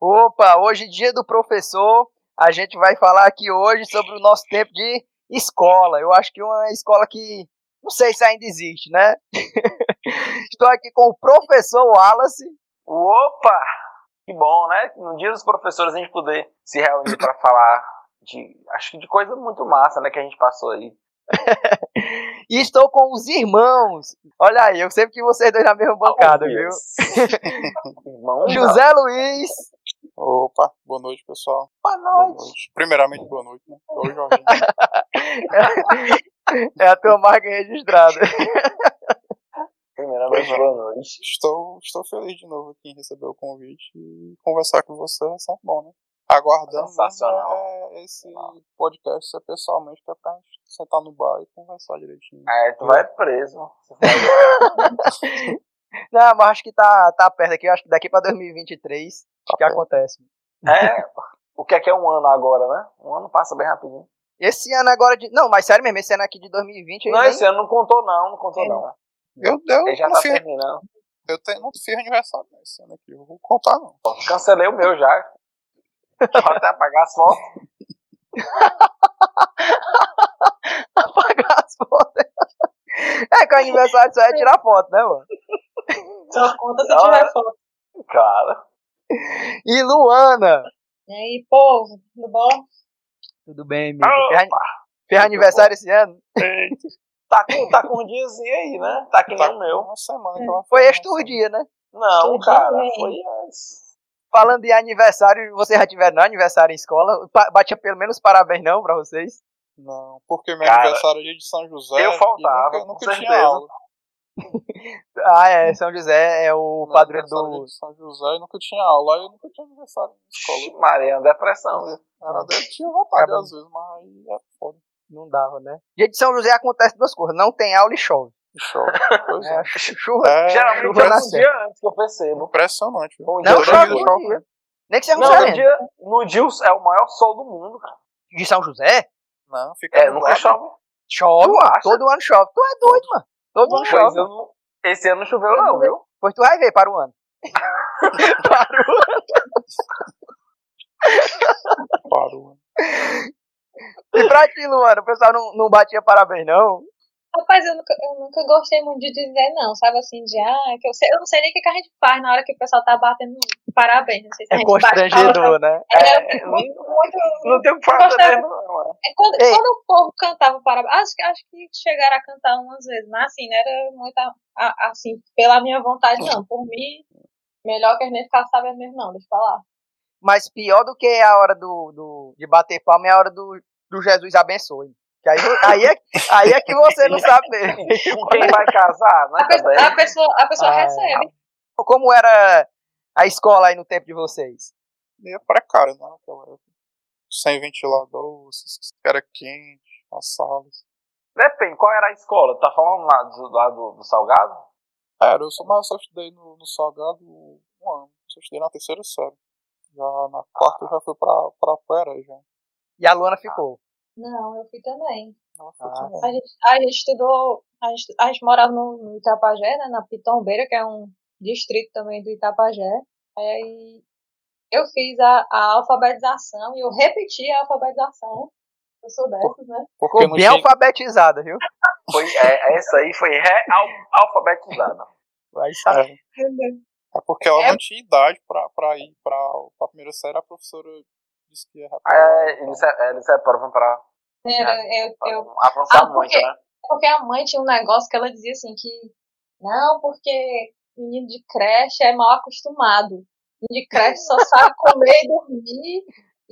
Opa, hoje é dia do professor, a gente vai falar aqui hoje sobre o nosso tempo de escola. Eu acho que é uma escola que não sei se ainda existe, né? Estou aqui com o professor Wallace. Opa! Que bom, né? No dia dos professores a gente poder se reunir para falar de, acho que de coisa muito massa, né, que a gente passou aí. e estou com os irmãos. Olha aí, eu sempre que vocês dois na mesma bancada, viu? Irmão, José Luiz. Opa, boa noite, pessoal. boa Boa noite. noite. Primeiramente, boa noite, né? Oi, Jorginho. É a tua marca registrada. Primeiramente, boa noite. estou, estou feliz de novo aqui em receber o convite e conversar com você é sempre bom, né? Aguardando Sensacional. mesmo é esse podcast ser pessoalmente, que é pra gente sentar no bar e conversar direitinho. né? É, tu vai preso. Não, mas acho que tá, tá perto aqui. Eu acho que daqui pra 2023 Tá que bom. acontece. É, o que é que é um ano agora, né? Um ano passa bem rapidinho. Esse ano agora de. Não, mas sério mesmo, esse ano aqui de 2020. Não, nem- esse ano não contou não, não contou É. não. Eu, eu, Ele já não, tá fiz, terminando. eu tenho, não fiz aniversário nesse ano aqui, eu vou contar não. Cancelei o meu já. Vou até apagar as fotos. apagar as fotos. É que o aniversário só é tirar foto, né, mano? Só conta se Da tiver hora. foto. Cara, E Luana? E aí, povo, tudo bom? Tudo bem, amigo? Fez, ani- fez aniversário esse ano? tá com, tá com um diazinho aí, né? Tá que Tá nem o meu. uma semana É. que ela Foi fez, esturdia, né? Não, Tudo cara, bem. foi antes. Falando de aniversário, vocês já tiveram não, é aniversário em escola? Pa- Batia pelo menos parabéns não pra vocês? Não, porque meu Cara, aniversário é dia de São José. eu e faltava, nunca- com nunca, tinha certeza. aula. Ah, é, São José é o Meu padroeiro aniversário é dia do... de São José e nunca tinha aula. Aí eu nunca tinha aniversário na escola. Ixi, Maria, é depressão. Era dele tinha vontade Acaba- às vezes, mas aí é foda. Não dava, né? Dia de São José acontece duas coisas, não tem aula e chove. Show. Pois é. É, chu- chuva. assim. É, Geralmente é chuva na um impressionante. nasceu. dia antes que eu percebo. impressionante. viu? Um dia Não antes. chove dois no dias. dia. Nem que seja um Não, no não, dia, no dia o- é o maior sol do mundo, cara. De São José? Não, fica É, no nunca lado. chove. Chove, Tu acha? todo ano chove. Tu é doido, mano. Todo ano Pois chove. eu não- esse ano não choveu não, viu? Pois tu vai ver para o ano. para o ano. Parou. E pra ti, Luana, o pessoal não, não batia parabéns, não? Rapaz, eu nunca, eu nunca gostei muito de dizer não, sabe assim, de ah, que eu, sei, eu não sei nem o que, que a gente faz na hora que o pessoal tá batendo parabéns, não sei se a É gente bate palma. constrangedor, né? É, É, muito, muito- Não tem o que Eu fazer gostava- mesmo, não. é. é quando, Ei. quando o povo cantava parabéns, acho, que- acho que chegaram a cantar umas vezes, mas assim, não era muito a- a- assim, pela minha vontade não, por mim, melhor que a gente ficar sabendo mesmo não, deixa eu falar. Mas pior do que a hora do, do, de bater palma é a hora do, do Jesus abençoe. Que aí, aí, é, aí é que você não sabe mesmo. Com quem vai casar, né? A, pe- também. a pessoa, a pessoa Ah, é. recebe. Como era a escola aí no tempo de vocês? Meio precário, né? Naquela época. Sem ventilador, esses cara quente, as salas. Depende, qual era a escola? Tá falando lá do, lá do, do Salgado? Era, eu só, mas eu só estudei no, no Salgado um ano. Eu só estudei na terceira série. Já na quarta eu já fui pra, pra Pera, já. E a Luana ficou. Não, eu fui também. Ela foi Ah, também. A gente, a gente estudou, a gente, a gente morava no, no Itapajé, né, na Pitombeira, que é um distrito também do Itapajé. Aí eu fiz a, a alfabetização e eu repeti a alfabetização. Eu sou dessas, né? Porque Ficou não bem tinha, alfabetizada, viu? Foi, é, essa aí foi realfabetizada. Aí sabe. é porque ela É. não tinha idade pra, pra ir pra, pra primeira série. A professora disse que ia reprovar. É, eles, é, eles reprovam pra, Era- é, eu- pra eu não avançar Ah, muito, porque- né? Porque a mãe tinha um negócio que ela dizia assim que não, porque menino de creche é mal acostumado. Menino de creche só sabe comer e dormir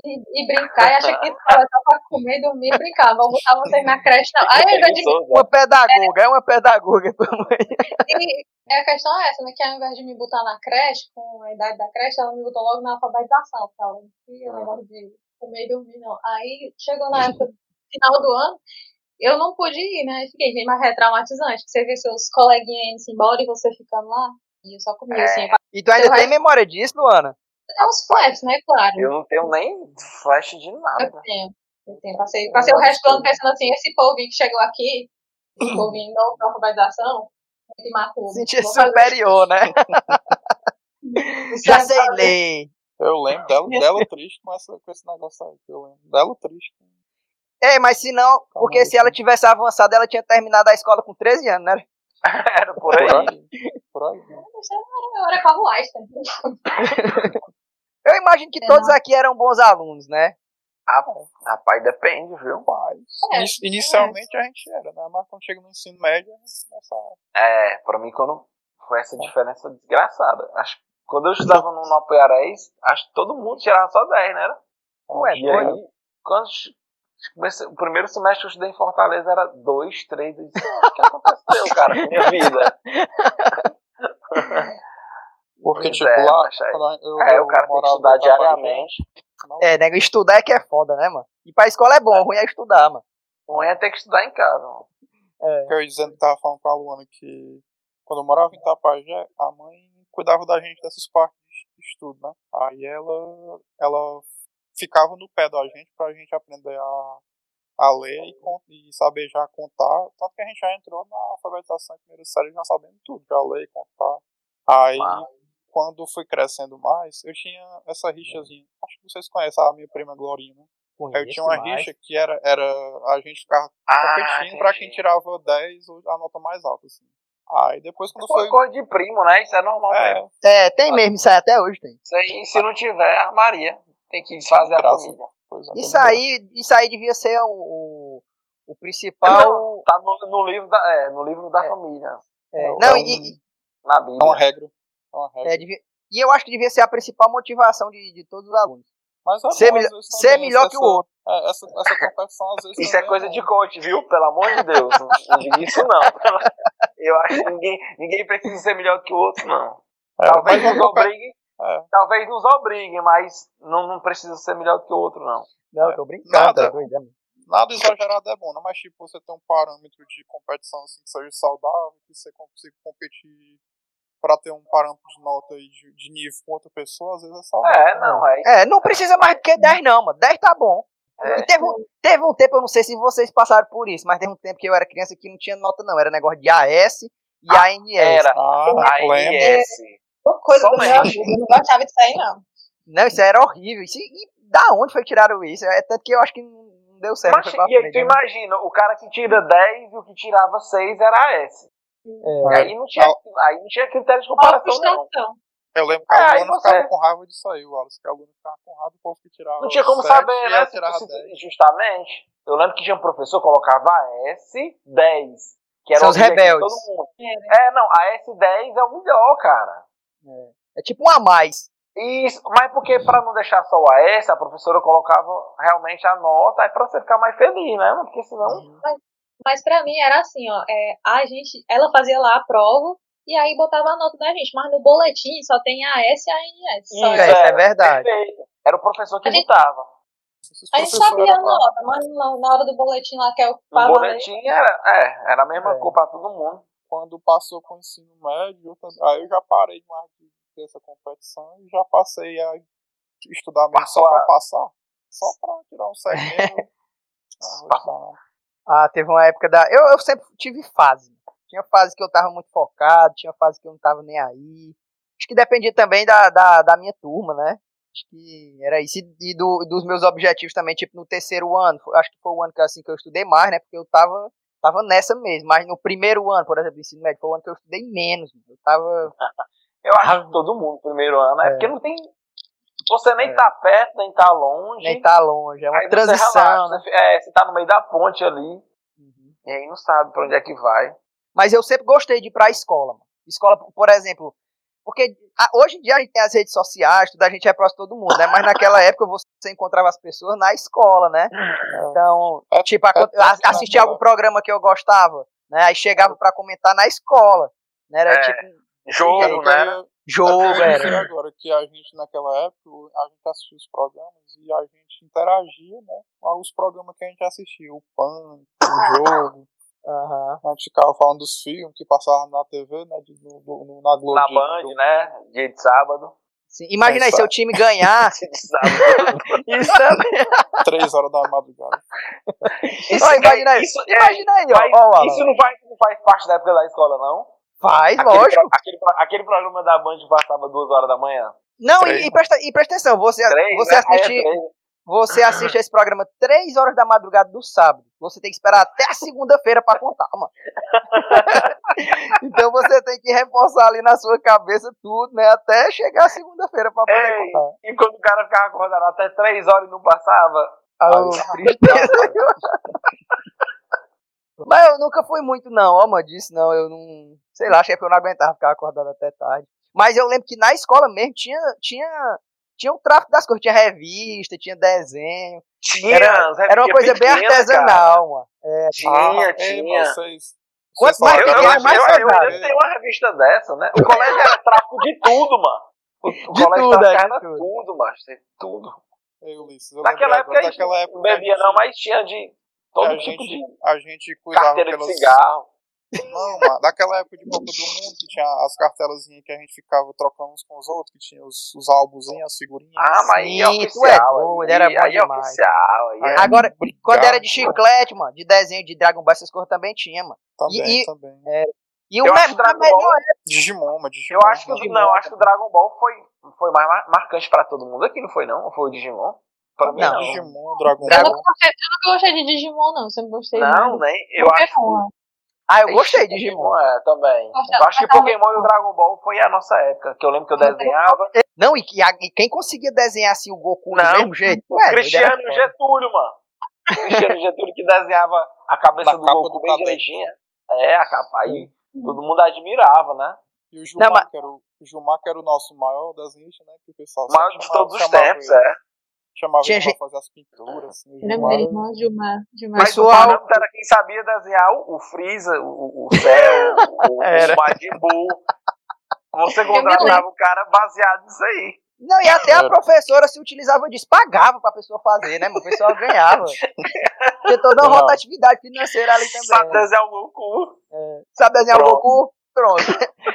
e, e brincar. E acha que escola é só pra comer, dormir e brincar. Vou botar vocês na creche, não. Aí ao invés de Preguiçoso, né? Uma pedagoga, é uma pedagoga. tua mãe. e a questão é essa, né? Que ao invés de me botar na creche, com a idade da creche, ela me botou logo na alfabetização, porque ela não Ah. queria o negócio de comer e dormir, não. Aí chegou na época, final do ano, eu não pude ir, né? Aí fiquei, gente, mas é traumatizante. Você vê seus coleguinhas indo embora e você ficando lá. E eu só comia, É. assim. E tu Então ainda Eu tem memória disso, Luana? É uns flaps, né? Claro. Eu não tenho nem flash de nada. Eu tenho. Eu tenho. Passei, passei o resto do ano pensando assim, esse povinho que chegou aqui, esse povinho novo da alfabetização, ele matou. Sentir superior, né? Já sei ler. Eu lembro dela, dela triste com, essa, com esse negócio aí. Eu lembro dela triste. Ei, mas se não, porque se ela tivesse avançado, ela tinha terminado a escola com 13 anos, né? Era por Por aí. aí. Por aí. né? Mas eu era- Eu era é Pablo Einstein. Eu imagino que É, todos não. aqui eram bons alunos, né? Ah, Rapaz, depende, viu? Mas, É, ini- inicialmente a gente era, né? Mas quando chega no ensino médio, a gente começa a É, pra mim quando foi É. essa diferença desgraçada. Acho que quando eu estudava no Napoiarés, acho que todo mundo tirava só 10, né? Ué, E doido. aí, quando ch- comecei- o primeiro semestre que eu estudei em Fortaleza era 2, 3, eu disse, o que aconteceu, cara, na minha vida? Porque, Pois tipo, é, lá, mas aí- quando a- eu, é, eu o cara tem que estudar morava no Taparica, diariamente. não- É, nego, estudar é que é foda, né, mano? E pra escola é bom, ruim é estudar, mano. Não ia ter que estudar em casa, mano. que eu ia dizendo, tava falando com a Luana que quando eu morava em Tapajé, a mãe cuidava da gente dessas partes de estudo, né? Aí ela, ela ficava no pé da gente pra gente aprender a, a ler e, con- e saber já contar. Tanto que a gente já entrou na alfabetização em primeira série já sabendo tudo, já ler e contar. Aí, Ah. quando fui crescendo mais, eu tinha essa rixazinha. Acho que vocês conhecem a minha prima Glorinha, né? Aí eu tinha uma Conheço rixa que era, era a gente ficava competindo pra quem Ah, entendi. tirava 10 ou a nota mais alta, assim. Aí depois quando Pô, foi. é coisa de primo, né? Isso é normal É, mesmo. É, tem mesmo, isso aí até hoje tem. Isso aí, se não tiver, armaria. Tem que desfazer a Graças. família. pois é, Isso também. aí, isso aí devia ser o, o, o Não, principal. tá no, no livro da, é, no livro da É. família, é, é o- não, é e, e- na É uma Bíblia. regra. É uma regra. é, devia- e eu acho que devia ser a principal motivação de, de todos os alunos. Mas é Ser, bom, às melhor- vezes, ser também, melhor essa- que o outro. é, essa, essa competição às vezes. Isso é também um coisa bom. de coach, viu? Pelo amor de Deus. Não, não diga isso, não. Eu acho que ninguém, ninguém precisa ser melhor que o outro, não. É, Talvez mas nos uma competi- obrigue, é, talvez nos obrigue, mas não, não precisa ser melhor que o outro, não. Não, eu tô brincando. Nada. tá doido, é, mano. nada exagerado é bom, né? Mas tipo, você tem um parâmetro de competição assim, que seja saudável, que você consiga competir pra ter um parâmetro de nota e de, de nível com outra pessoa, às vezes é saudável. É, não, é. É, não precisa mais do que 10, não, mano. 10 tá bom. É. E teve, um- teve um tempo, eu não sei se vocês passaram por isso, mas teve um tempo que eu era criança que não tinha nota, não. Era negócio de AS e ANS. Era. Ah, Aí, é lembro. esse. Uma coisa do meu Somente. amigo, eu não gostava disso aí, não. Não, isso era horrível. Isso, e da onde foi que tiraram isso? É tanto que eu acho que não deu certo. Mas, foi pra e aí, frente, tu né? imagina, o cara que tira 10 e o que tirava 6 era esse. É. E aí não tinha, aí não tinha critério de Olha a comparação, não. frustração. Eu lembro que a É, aí Luana você- ficava com raiva disso aí, Wallace. Que a Luana ficava com raiva do povo que tirava. Não tinha como sete, saber, e né? ela se- tirava se- 10. justamente. Eu lembro que tinha um professor que colocava AS10, que era São o os objetivo de rebeldes. todo mundo. Era. É, não, AS10 é o melhor, cara. É tipo um a mais. Isso, mas porque pra não deixar só o AS, a professora colocava realmente a nota, aí pra você ficar mais feliz, né? Porque É senão. Mas pra mim era assim, ó, é, a gente, ela fazia lá a prova e aí botava a nota da gente, mas no boletim só tem a S e a NS. Só Isso, essa. é, é verdade. Perfeito. Era o professor que A gente- botava. Esses A gente professores sabia né? a eram bravos. nota, mas na, na hora do boletim lá que é o que No tava valendo, Um boletim era, é, era a mesma É. cor pra todo mundo. Quando passou com o ensino médio, eu também- aí eu já parei mais de ter essa competição e já passei a estudar mesmo Passou só pra a- passar. Só pra tirar um 7 mesmo. Ah, vou te falar. Ah, teve uma época da. Eu, eu sempre tive fase. Tinha fase que eu tava muito focado, tinha fase que eu não tava nem aí. Acho que dependia também da, da, da minha turma, né? Acho que era isso. E do, dos meus objetivos também, tipo, no terceiro ano. fo- Acho que foi o ano que, assim, que eu estudei mais, né? Porque eu tava, tava nessa mesmo. Mas no primeiro ano, por exemplo, do ensino médio, foi o ano que eu estudei menos. mano. Eu tava. Eu acho que todo mundo, primeiro ano, é, Ah. É. porque não tem. Você nem É. tá perto, nem tá longe. Nem tá longe. É uma Então, Aí você relaxa, transição, né? você, fi- é, você tá no meio da ponte ali, Uhum. e aí não sabe pra onde é que vai. Mas eu sempre gostei de ir pra escola. Mano. Escola, por exemplo. Porque a- hoje em dia a gente tem as redes sociais, tudo, a gente é próximo de todo mundo, né? Mas naquela época você encontrava as pessoas na escola, né? Então, É, tipo, a, é a- tanto assistir na- algum programa que eu gostava, né? Aí chegava pra comentar na escola. Né? Era É. tipo um Eu Jogo, né? queria- jogo, eu ia era. dizer agora que a gente naquela época, a gente assistia os programas e a gente interagia, né? Com os programas que a gente assistia, o Pânico, o jogo. Aham. A gente ficava falando dos filmes que passavam na TV, né? de- no- no- no- na Globo. Na de- Band, do- né? Dia de sábado. Sim. Imagina aí, Exato. seu time ganhar. Dia de sábado. Isso é também. Três horas da madrugada. Ó, imagina aí. isso- é, imagina aí, ó. mas ó o Alan. isso não, faz, não faz parte da época da escola, não? Faz, Aquele lógico. pro- Aquele, pro- aquele programa da Band que passava duas horas da manhã. Não, Três. e, e presta, e presta atenção, você, Três, você, né? assiste, Aí é três. você assiste esse programa três horas da madrugada do sábado. Você tem que esperar até a segunda-feira pra contar, mano. então você tem que reforçar ali na sua cabeça tudo, né? Até chegar a segunda-feira pra poder Ei, contar. E quando o cara ficava acordado até três horas e não passava, Ah, tristeza. Mas eu nunca fui muito, não, ó, mano, disso não, eu não. Sei lá, achei que eu não aguentava ficar acordado até tarde. Mas eu lembro que na escola mesmo tinha. tinha tinha o tráfico das coisas, tinha revista, tinha desenho. É, tinha. Era- as Era revistinhas uma coisa bem pequenas, cara. artesanal, mano. Tinha, Ah, ei, tinha. mano, vocês- Quanto vocês mais falaram eu, pequeno, eu, da é mais eu, gente, eu saudável. ainda tenho uma revista dessa, né? O colégio era tráfico de tudo, mano. O, o De colégio tudo, tava é, de ficando tudo. tudo, macho. Tudo. Ei, Ulisses, eu Naquela lembrei época agora a gente daquela não época. que a bebia, gente- não, mas tinha de todo a tipo gente- de A gente cuidava carteira pelas. de cigarro. Não, mano, daquela época de Copa do Mundo que tinha as cartelazinhas que a gente ficava trocando uns com os outros, que tinha os, os álbuminhos, as figurinhas. Ah, mas aí é Sim, tu é oficial. doido, aí, era bom aí é demais. oficial. Aí é... Aí, Agora, brigar Quando era de chiclete, mano, de desenho de Dragon Ball, essas coisas também tinha, mano. Também, e- também. E o Eu me- acho que Dragon melhor né? Ball- era- Digimon, mas Digimon. Eu acho que o, mano. não, eu acho que o Dragon Ball foi, foi mais mar- marcante pra todo mundo. Aqui não foi não, foi o Digimon. Pra mim Não. não. Digimon, Dragon Eu Dragon- Ball. nunca, gostei, eu nunca gostei de Digimon, não. Sempre gostei Não, de nem. Eu acho que Pokémon. Ah, eu gostei de Digimon Digimon. é, também. Gostava, Eu acho que mas tá tava- Pokémon e o Dragon Ball foi a nossa época, que eu lembro que eu desenhava. Não, e, que- a- e quem conseguia desenhar assim o Goku do Não, mesmo jeito? O ué, doido, era Cristiano foda. Getúlio, mano. O Cristiano Getúlio que desenhava a cabeça Na do capa Goku do bem caderno. direitinha. É, a capa aí. Todo mundo admirava, né? E o Não, mas- Gilmar, que era o, o Gilmar, que era o nosso maior desenhista, né? Que o pessoal O maior sempre de chamava- todos os chamava tempos, ele, é. chamava Tinha ele gente- pra fazer as pinturas, assim, o Era Gilmar. meu irmão de uma. De uma Mas o Pessoal- parâmetro era quem sabia desenhar o, o Freeza, o, o Cell, o, Era. o Majin Buu. Você me contratava o cara baseado nisso aí. Não, e até a Era. professora se utilizava disso, pagava pra pessoa fazer, né, mano? O pessoal ganhava. Tinha toda uma Não. rotatividade financeira ali Sabe também. né? desenhar é o Goku. Sabe desenhar o Pronto. Goku? Pronto.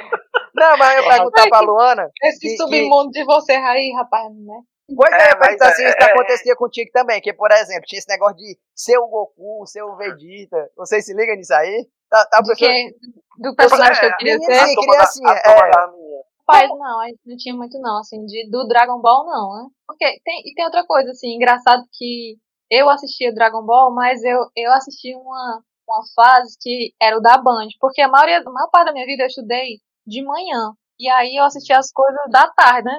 Não, mas eu ia perguntar pra Luana. Esse que- submundo de você aí, rapaz, né? Pois é, É, eu ia perguntar mas se é- isso é- acontecia contigo também, que, por exemplo, tinha esse negócio de ser o Goku, ser o Vegeta. Vocês se ligam nisso aí? Tá, tá, De professor? quem, do personagem Você- que eu queria menina, ser. Sim, É, a turma criancinha, da, a turma é. da minha. Rapaz, não, a gente não tinha muito não, assim, de, do Dragon Ball não, né? Porque tem, e tem outra coisa, assim, engraçado que eu assistia Dragon Ball, mas eu, eu assisti uma, uma fase que era o da Band, porque a maioria, a maior parte da minha vida eu estudei de manhã, e aí eu assistia as coisas da tarde, né?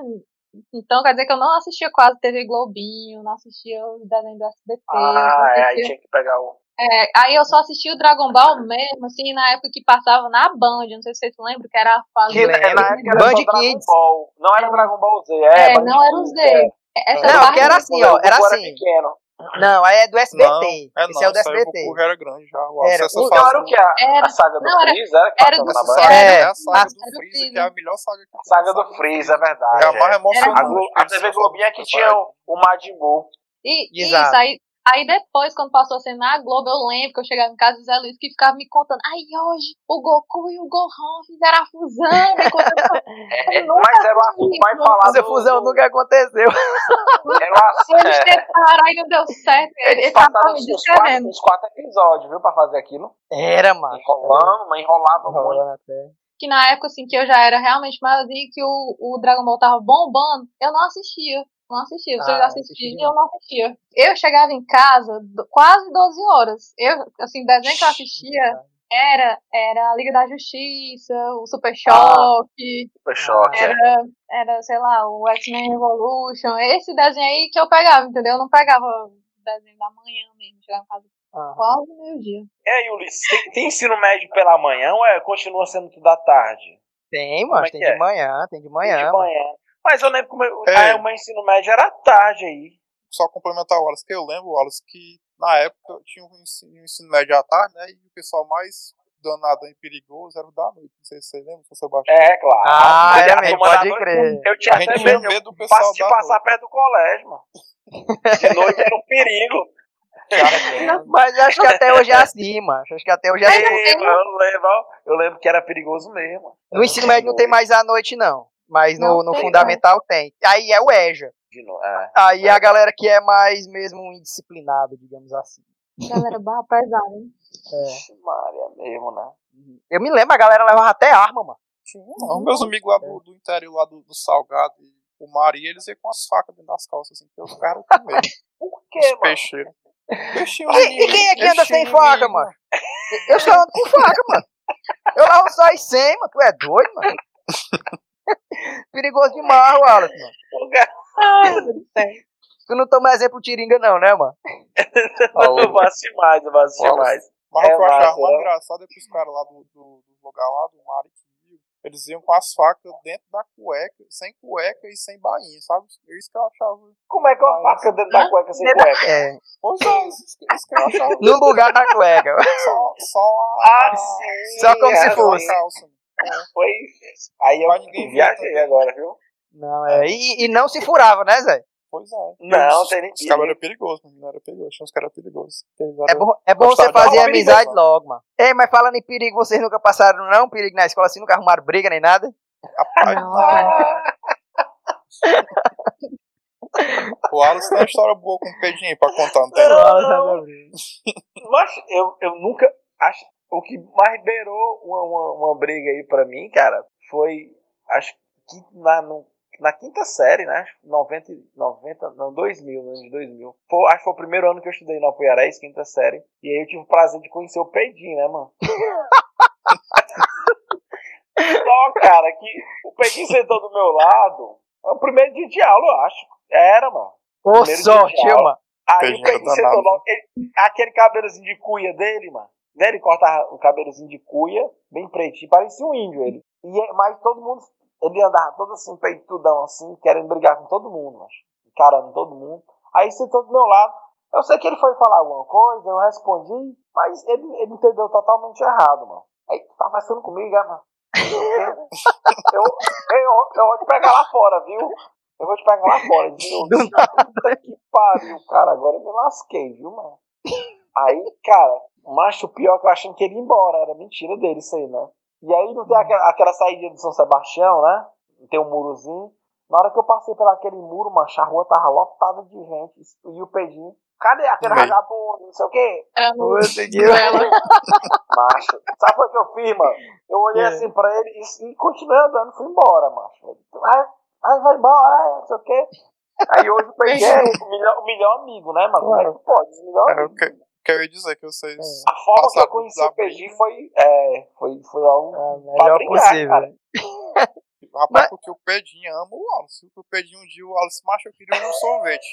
Então quer dizer que eu não assistia quase TV Globinho, não assistia os desenhos do SBT, não Ah, é, aí assistia tinha que pegar o. é, aí eu só assisti o Dragon Ball mesmo, assim, na época que passava na Band, não sei se vocês lembram, que era a fase Que do na, na época era Band só Dragon Kids. Ball. Não era Dragon Ball Z, é. É, Band não era o Kids, Z. é. Essa Não, Não, parte que era do- assim, ó, O era Goku era assim. pequeno. Não, aí é do Não, SBT. é Esse é o não, do isso aí o SBT. Goku já era grande já. O essa Era, o- fase Então era o do- que? A, era- a saga do não, era- Freeza? Era que passava era do- na Essa Band? saga É, é a saga mas- do era do Freeza, Freeza. que é a melhor saga que tem. A saga saga do Freeza, é É Ah, a verdade. mais é. A, emocionante. Glo- a que eles TV transformam Globinha é no que Super tinha Saiyajin. o, o Majin Buu. E e isso, Exato. aí, aí depois, quando passou a ser na Globo, eu lembro que eu chegava em casa do Zé Luiz que ficava me contando. Aí hoje o Goku e o Gohan fizeram a fusão, me contando essa É, nunca mas era o assunto vi mais isso. falado. Essa do- fusão do- nunca aconteceu. Era o assunto. Eles tentaram, aí não deu certo. Ele É. Eles ele tava passaram me "É uns, uns quatro, descrevendo uns quatro episódios, viu, pra fazer aquilo. Era, mano. Enrolando, mas enrolava muito. Rolando até. que na época assim, que eu já era realmente maiorzinha, que o, o Dragon Ball tava bombando, eu não assistia. Não assistia. Se eu Ah, já assisti assistia, demais. eu não assistia. Eu chegava em casa do- quase 12 horas. Eu, assim, desenho que eu assistia era, era a Liga da Justiça, o Super Choque, Super choque. Ah. é. era, era, sei lá, o X-Men Evolution. Esse desenho aí que eu pegava, entendeu? Eu não pegava o desenho da manhã mesmo, chegava em casa é Aham. quase meio-dia. E aí, Ulisses, É, tem, tem ensino médio pela manhã ou é, continua sendo tudo à tarde? Tem, Como mano. é Tem que de é? manhã, tem de manhã. de mano. manhã. Mas eu lembro que o meu, É. aí o meu ensino médio era à tarde aí. só complementar o Wallace, que eu lembro, Wallace, que na época tinha um ensino, um ensino médio à tarde, né? E o pessoal mais danado e perigoso era o da noite. Não sei se você lembra, se você baixou. É, claro. Ah, Mas é a mesmo, turma da pode noite, crer. Eu tinha A gente até tinha medo medo do de pessoal da passar noite. perto do colégio, mano. De noite era um perigo. é. Cara, Mas acho que até hoje é assim, mano. Acho que até hoje é assim. Ei, mano, eu, lembro, eu lembro que era perigoso mesmo. No ensino médio não tem mais à noite, não. Mas no, Não no tem, fundamental tem. Aí é o EJA. De novo, é. Aí é a Verdade. galera que é mais mesmo indisciplinada, digamos assim. Galera, barra pesada, hein? É. Vixe, Maria mesmo, né? Eu me lembro, a galera levava até arma, mano. Não, meus amigos lá do, do interior, lá do, do Salgado, e o Mari, eles iam com as facas dentro das calças, assim, que eu ficaram com medo. Por Os que, mano? peixeiros. Peixinho, E, e quem aqui anda sem faca, mano? Eu só ando com faca, mano. Eu lá eu saio sem, mano. Tu é doido, mano. Perigoso demais, Wallace, mano. O cara Ai, meu Deus do céu. Tu não toma exemplo tiringa, não, né, mano? não bate mais, não bate Fala. mais. Mas o que eu É achava massa, mais né? engraçado é que os caras lá do, do, do lugar lá, do Mari, que viu, eles iam com as facas dentro da cueca, sem cueca e sem bainha, sabe? É Isso que eu achava. Como é que uma Mas- faca dentro da cueca sem Dentro da- cueca? É, Pois é, isso, que- isso que eu achava. no lugar da cueca. Só, só a. Ah, sim! Só como se assim, fosse. calça. Foi. Aí Mas eu ninguém viajei viu, tá? agora, viu? Não, é. E, e não se furava, né, Zé? Pois é. Não, os, tem nem Os caras eram perigosos, mano. Não era perigoso. Tinha uns caras perigosos. Eles É eram- bom, é bom Gostava você de fazer arrumar perigo, amizade mano. logo, mano. Ei, mas falando em perigo, vocês nunca passaram, não? Perigo na escola, assim, nunca arrumaram briga nem nada? Rapaz, Não, cara. o Alice tem uma história boa com o Pedrinho pra contar, não tem? Não, Wallace não. arruma briga. Mas eu, eu nunca. Acho, o que mais beirou uma, uma, uma briga aí pra mim, cara, foi. Acho que na, no- na quinta série, né? acho que 90, e- 90, não, 2000, no ano de 2000. Foi, acho que foi o primeiro ano que eu estudei na Apoiarés, quinta série. E aí eu tive o prazer de conhecer o Peidinho, né, mano? Só, cara, que o Peidinho sentou do meu lado. É o primeiro dia de aula, eu acho. Era, mano. Ô, Primeiro sorte, dia de eu, aula. mano. Aí o é Feijão Pedrinho danado. sentou logo. ele- aquele cabelozinho de cuia dele, mano. Né? Ele cortava o cabelozinho de cuia, bem pretinho, parecia um índio ele. E, é- mas todo mundo. Ele andava todo assim, peitudão assim, querendo brigar com todo mundo, acho. Encarando todo mundo. Aí sentou do meu lado. Eu sei que ele foi falar alguma coisa, eu respondi, mas ele, ele entendeu totalmente errado, mano. Aí tu tá passando comigo, é, mano. Eu, eu, eu vou te pegar lá fora, viu? Eu vou te pegar lá fora. Ele disse, "Ô, Do nada. Puta que pariu, cara. Agora eu me lasquei, viu, mano? Aí, cara, macho, o pior é que eu achando que ele ia embora. Era mentira dele isso aí, né? E aí não tem aquela, aquela saída de São Sebastião, né? Tem um murozinho. Na hora que eu passei por aquele muro, macho, a rua tava lotada de gente. E o Pedinho, cadê aquele Meio. vagabundo? Não sei o quê. Amo. Conseguiu. Macho, sabe o que eu fiz, mano? Eu olhei É. assim pra ele e, e continuei andando, fui embora, macho. Aí, aí vai embora, é, não sei o quê. Aí hoje o Pedro é o melhor, o melhor amigo, né, mano? Como é que pode? O melhor Era amigo. o que, que eu ia dizer, que vocês. A forma que Passar eu conheci da o PG foi, é, foi, foi algo É, o pra melhor brincar, possível. cara. né? Rapaz, porque o Pedinho ama o Alice. Porque o Pedinho um dia o Alice macho, eu queria um sorvete.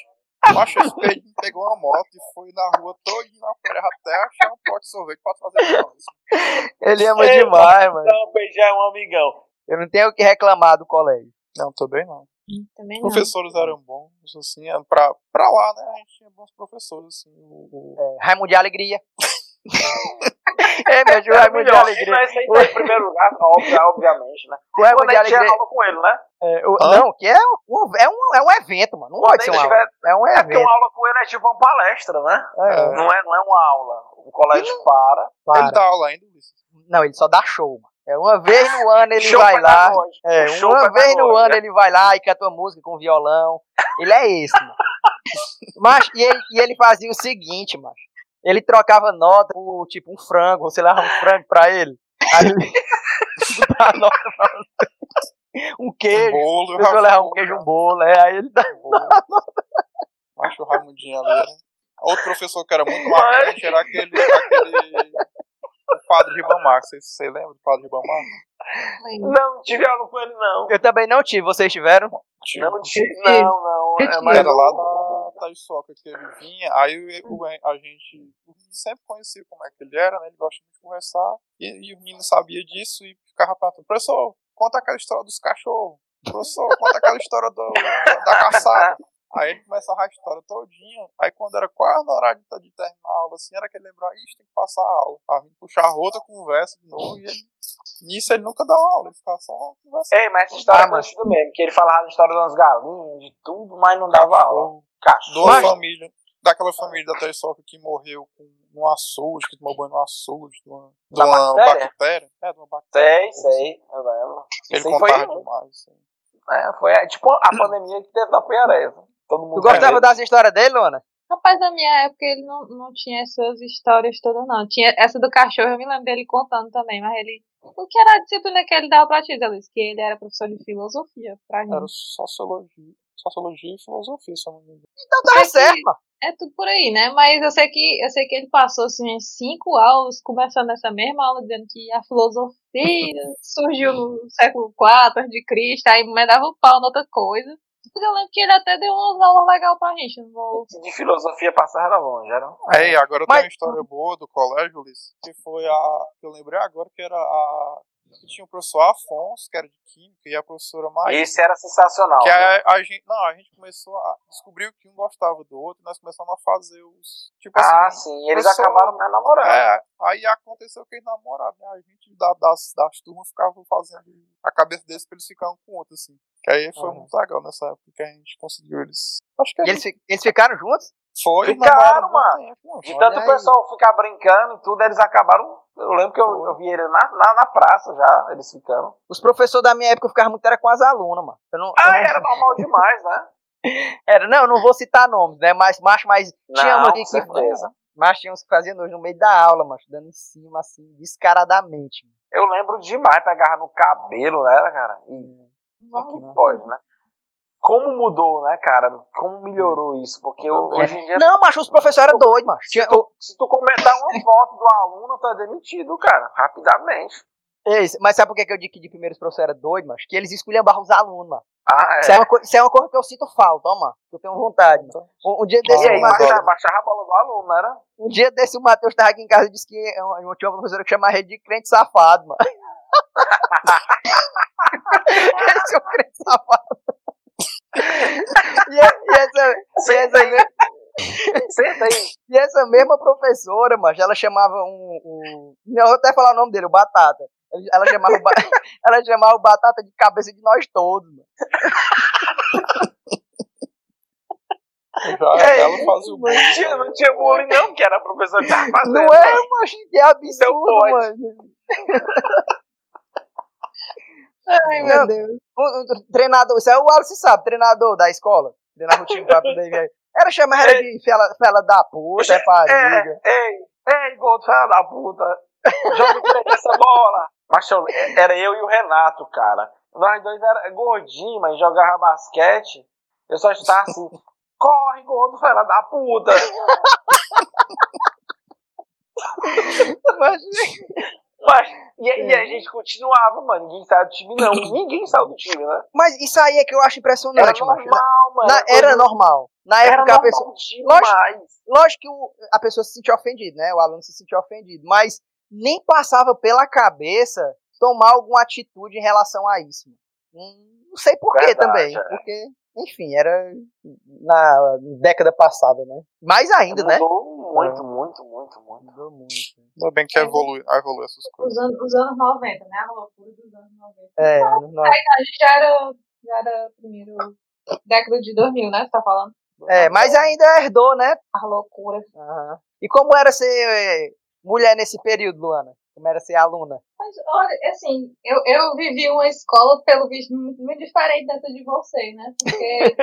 Macho, esse Pedinho pegou uma moto e foi na rua todinha na feira até achar um pote de sorvete pra trazer pra Alice. Ele ama Ei, demais, mano. Não, o PG é um amigão. Eu não tenho o que reclamar do colégio. Não, também não. Também Os não. professores eram bons, assim, é, pra, pra lá, né, a gente tinha bons professores, assim, o, o- É, Raimundo de Alegria. é, meu tio, Raimundo de Melhor, Alegria. Mas isso aí tá em primeiro lugar, óbvio, obviamente, né? O Raimundo Quando de a gente Alegria. aula com ele, né? É, o- Hã? não, que é um, é, um, é um evento, mano. Não Quando pode ser ele uma tiver- aula. É um É porque evento. uma aula com ele é tipo uma palestra, né? É, É. Não, é, não é uma aula. O colégio para. Ele para. dá aula ainda, Ulisses? Não, ele só dá show, mano. É uma vez no ano ele show vai lá. pedagógico. É, Um show uma vez no pedagógico, ano né? ele vai lá e canta uma música com violão. Ele é esse, mano. Mas, e, ele, e ele fazia o seguinte, mano. Ele trocava nota por, tipo, um frango. Você leva um frango pra ele. Aí ele dá a nota pra você. Um Um queijo. bolo, A o pessoa leva um Rafa, queijo, né? um bolo. É, aí ele dá. um bolo. Acho o Raimundinho ali, né? Outro professor que era muito marcante era aquele, aquele, o padre Ribamar, vocês, vocês lembram do padre Ribamar? Lembro. Não, não tive aula com ele, não. Eu também não tive. Vocês tiveram? Tinha- Não tive, tive. não, não. Eu É tive. mais Era lá um- da Taisoca que ele vinha, aí o- o- a gente o Rini sempre conhecia como é que ele era, né? Ele gosta muito de conversar. E, e o menino sabia disso e ficava perguntando, professor, conta aquela história dos cachorros. Professor, conta aquela história do, da, da caçada. Aí ele começava a história todinha, aí quando era quase na hora de, de terminar a aula, assim, era que ele lembrava, ixi, tem que passar a aula. Aí puxar outra conversa de novo, e ele, nisso ele nunca dava aula, ele ficava só conversando. Ei, mas essa história Ah, é conhecida mesmo, que ele falava a história das galinhas, de tudo, mas não dava aula. Cachorro. de Cachorro. uma Mas- família, daquela família da Terçoca que morreu com um açude, que tomou banho no açude, de uma, de Da uma bactéria? bactéria. É, de uma bactéria. Sei, sei, é eu lembro. Ele Sei, foi, Uhum. um, contava demais. assim. é, foi é, tipo a pandemia que teve na Pinharesa. Todo mundo Tu gostava medo. das histórias dele, Lona? Rapaz, na minha época ele não, não tinha essas histórias todas, não. Tinha essa do cachorro, eu me lembro dele contando também, mas ele. O que era a disciplina que ele dava pra ti, Zé Luiz? Que ele era professor de filosofia pra gente. Era sociologia, sociologia e filosofia, se eu não me engano. Então tá Mas que- certo, mano. É tudo por aí, né? Mas eu sei que eu sei que ele passou assim uns cinco aulas começando essa mesma aula dizendo que a filosofia surgiu no século IV antes de Cristo, aí mas dava um pau na outra coisa. Mas eu lembro que ele até deu umas aulas legais pra gente, não vou. De filosofia passava longe, era um- Aí, agora eu Mas- tenho uma história uhum. boa do colégio, Liz, que foi a. que eu lembrei agora que era a. que tinha o professor Afonso, que era de Química, e a professora Maria. Isso era sensacional. Que é, né? a, a gente. Não, a gente começou a. descobriu que um gostava do outro, e nós começamos a fazer os. Tipo Ah, assim. sim, eles professor- acabaram mais namorando. É, aí aconteceu que eles namoraram, né? A gente da- das, das turmas ficava fazendo a cabeça deles pra eles ficarem um com o outro, assim. Que aí foi Uhum. muito legal nessa época que a gente conseguiu eles. Acho que a E gente eles, fi- eles ficaram juntos? foi. Ficaram, namoraram um mano. tempo, mano. De Olha tanto o aí. pessoal ficar brincando e tudo, eles acabaram. Eu lembro que eu, eu vi ele na, na, na praça já, eles ficando. Os professores da minha época ficavam muito era com as alunas, mano. Eu não, eu Ah, não- era normal demais, né? era, não, eu não vou citar nomes, né? Mas, macho, mas tinha Não, uma aqui com que certeza. Mas tinha uns que faziam nojo no meio da aula, macho, dando em cima, assim, descaradamente. mano. Eu lembro demais, pegava no cabelo dela, cara. E só que pode, né? Como mudou, né, cara? Como melhorou isso? Porque eu- É. hoje em dia, Não, macho, os professores eram doidos, macho. Tinha, se, tu, se tu comentar uma foto do aluno, tu é demitido, cara, rapidamente. É isso, mas sabe por que que eu digo que de primeiros professores era doido, mano? Que eles esculhambavam os alunos, mano. Ah, Isso, é é. uma coi- isso é uma coisa que eu sinto falta, ó, mano. Eu tenho vontade, mano. Um, um dia E Nossa, desse, o aí, mas- Mateus, baixava, baixava a bola do aluno, não era? um dia desse o Matheus tava aqui em casa e disse que é, um- tinha uma professora que chamava ele de crente safado, mano. Esse é o crente safado. e, é- e essa, e Senta essa aí, senta aí. E essa mesma professora, mano, ela chamava um. um não, eu vou até falar o nome dele, o Batata. Ela chamava o, ba- ela chamava o Batata de cabeça de nós todos, mano. Já, ela fazia o bullying. Não tinha, não tinha bullying, não, que era a professora que tava fazendo. Não é, macho? Que absurdo, Então Tá pode. mano. Ai, meu meu Deus. Um, um treinador, isso é o Alisson sabe, treinador da escola. Treinava o time pra poder ver. Era chamar ela de fela, fela da puta, é pariga. É, ei, ei, gordo, filha da puta. Joga direito essa bola. Mas eu- era eu e o Renato, cara. Nós dois era gordinho, mas jogava basquete. Eu só estava assim, corre, gordo, filha da puta. Mas, Mas, e, e É. a gente continuava, mano. Ninguém saiu do time, não. Ninguém saiu do time, né? mas isso aí é que eu acho Era impressionante, macho. Na- normal, mano. na- era Coisa- normal. Na era época a normal pessoa. demais. Lógico que o- a pessoa se sentiu ofendida, né? O aluno se sentiu ofendido, mas nem passava pela cabeça tomar alguma atitude em relação a isso. Hum, Não sei por quê Verdade, também, é. porque, enfim, era na década passada, né? Mais ainda, né? Mudou muito, muito, muito, muito. Mudou muito. Ainda bem que evolui, evolui essas coisas. Os anos, os anos 90, né? A loucura dos anos 90. É, no- A gente já era, já era primeiro década de 2000, né? Você tá falando? é, mas ainda herdou, né? A loucura. Aham. E como era ser eh, mulher nesse período, Luana? Como era ser aluna? Mas, olha, assim, eu, eu vivi uma escola, pelo visto, muito, muito diferente dessa de vocês, né? Porque,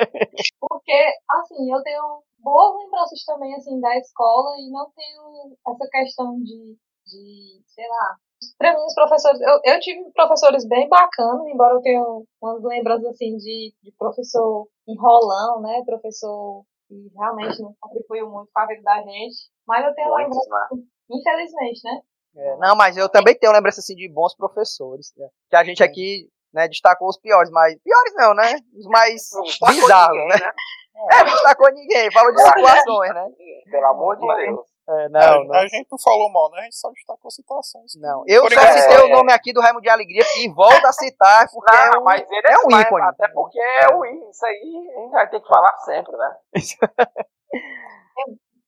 porque, assim, eu tenho boas lembranças também, assim, da escola e não tenho essa questão de, de sei lá. Pra mim, os professores. Eu, eu tive professores bem bacanas, embora eu tenha umas lembranças, assim, de, de professor enrolão, né? Professor que realmente não contribuiu muito com a vida da gente. Mas eu tenho lembranças, Muitos, né? infelizmente, né? É, não, mas eu também tenho lembrança assim de bons professores, né? que a gente aqui né, destacou os piores, mas piores não, né? Os mais Não destacou bizarros, ninguém, né? É, não destacou ninguém, falou de situações, né? Pelo amor de Deus. É, a, não, não. a gente não falou mal, né? A gente só destacou situações. não. Eu Por só enquanto, citei é. o nome aqui do Raimundo de Alegria e volto a citar, porque é Não, um- Ah, mas ele é um mas ícone. Até porque é o ícone. Isso aí a gente vai ter que falar sempre, né?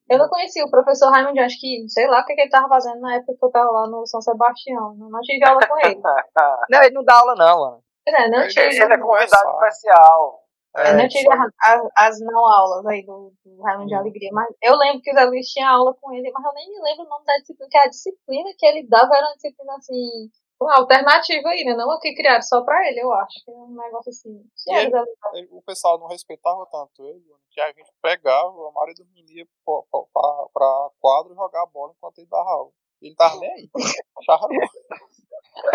Eu não conhecia o professor Raymond, acho que, sei lá o que, que ele tava fazendo na época que eu tava lá no São Sebastião. Não, não tive aula É. com ele. É Não, ele não dá aula, não, mano. Pois é, não Ele- tive, Ele é convidado especial. eu não É, tive as, as- as não aulas aí do, do Raymond de Alegria. Mas eu lembro que o Zé Luiz tinha aula com ele, mas eu nem me lembro o nome da disciplina, que a disciplina que ele dava era uma disciplina assim, uma alternativa aí, né? Não a que criaram só pra ele, eu acho. É um negócio assim. E ele- ele- o pessoal não respeitava tanto ele, mano, que a gente pegava, a maioria dos meninos ia pra, pra- pra- pra quadro jogar a bola enquanto ele dava aula. Ele tava nem aí. Achava bom.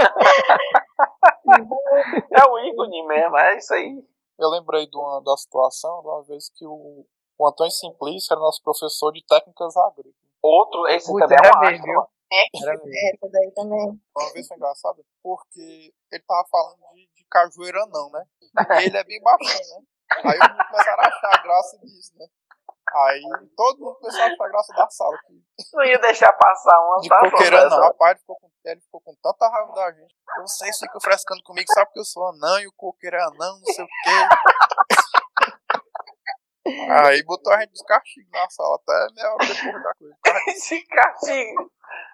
É o ícone mesmo, é isso aí. Eu lembrei de uma, da situação, de uma vez que o, o Antônio Simplício era nosso professor de técnicas agrícolas. Outro, esse Puta, também é era um mesmo, astro. Era mesmo. Essa daí também. Uma vez foi engraçado, porque ele tava falando de, de cajueira não, né? E ele é bem baixinho, né? Aí os meninos começaram a achar a graça disso, né? Aí todo mundo começou a achar a graça da sala. Que Não ia deixar passar uma de tá, coqueirão, não. professor? Rapaz, ele ficou, com, ele ficou com tanta raiva da gente. Vocês ficam frescando comigo só porque eu sou anão e o coqueiro é anão, não sei o quê. Aí botou a gente de castigo na sala, até meia hora depois da coisa. Esse castigo.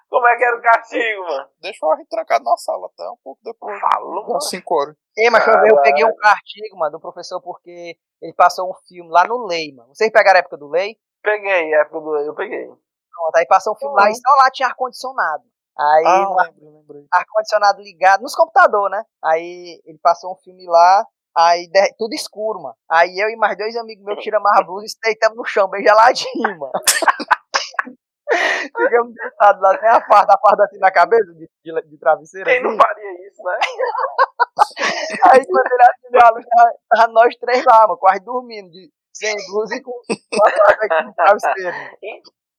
Como é que era o castigo, mano? Deixou a gente trancado na sala até um pouco depois. Falou, mano. Umas 5 horas. Ei, mas deixa eu ver, eu Caralho. peguei um artigo, mano, do professor, porque ele passou um filme lá no Lei, mano. Vocês pegaram a época do Lei? Peguei, é, eu peguei. Pronto, aí passou um filme lá e só lá tinha ar-condicionado. Aí, Uhum. Ah, no lembrei, lembrei. ar-condicionado ligado, nos computadores, né? Aí ele passou um filme lá, aí de- tudo escuro, mano. Aí eu e mais dois amigos meus tiramos a blusa e se deitamos no chão, bem geladinho, mano. Ficamos deitados lá, sem a farda, a farda assim na cabeça, de, de, de travesseiro. Quem não Assim. faria isso, né? Aí quando ele acendeu a luz, tava, tava tá, nós três lá, mano, quase dormindo, de, sem blusa e com, com a farda aqui no travesseiro. mano.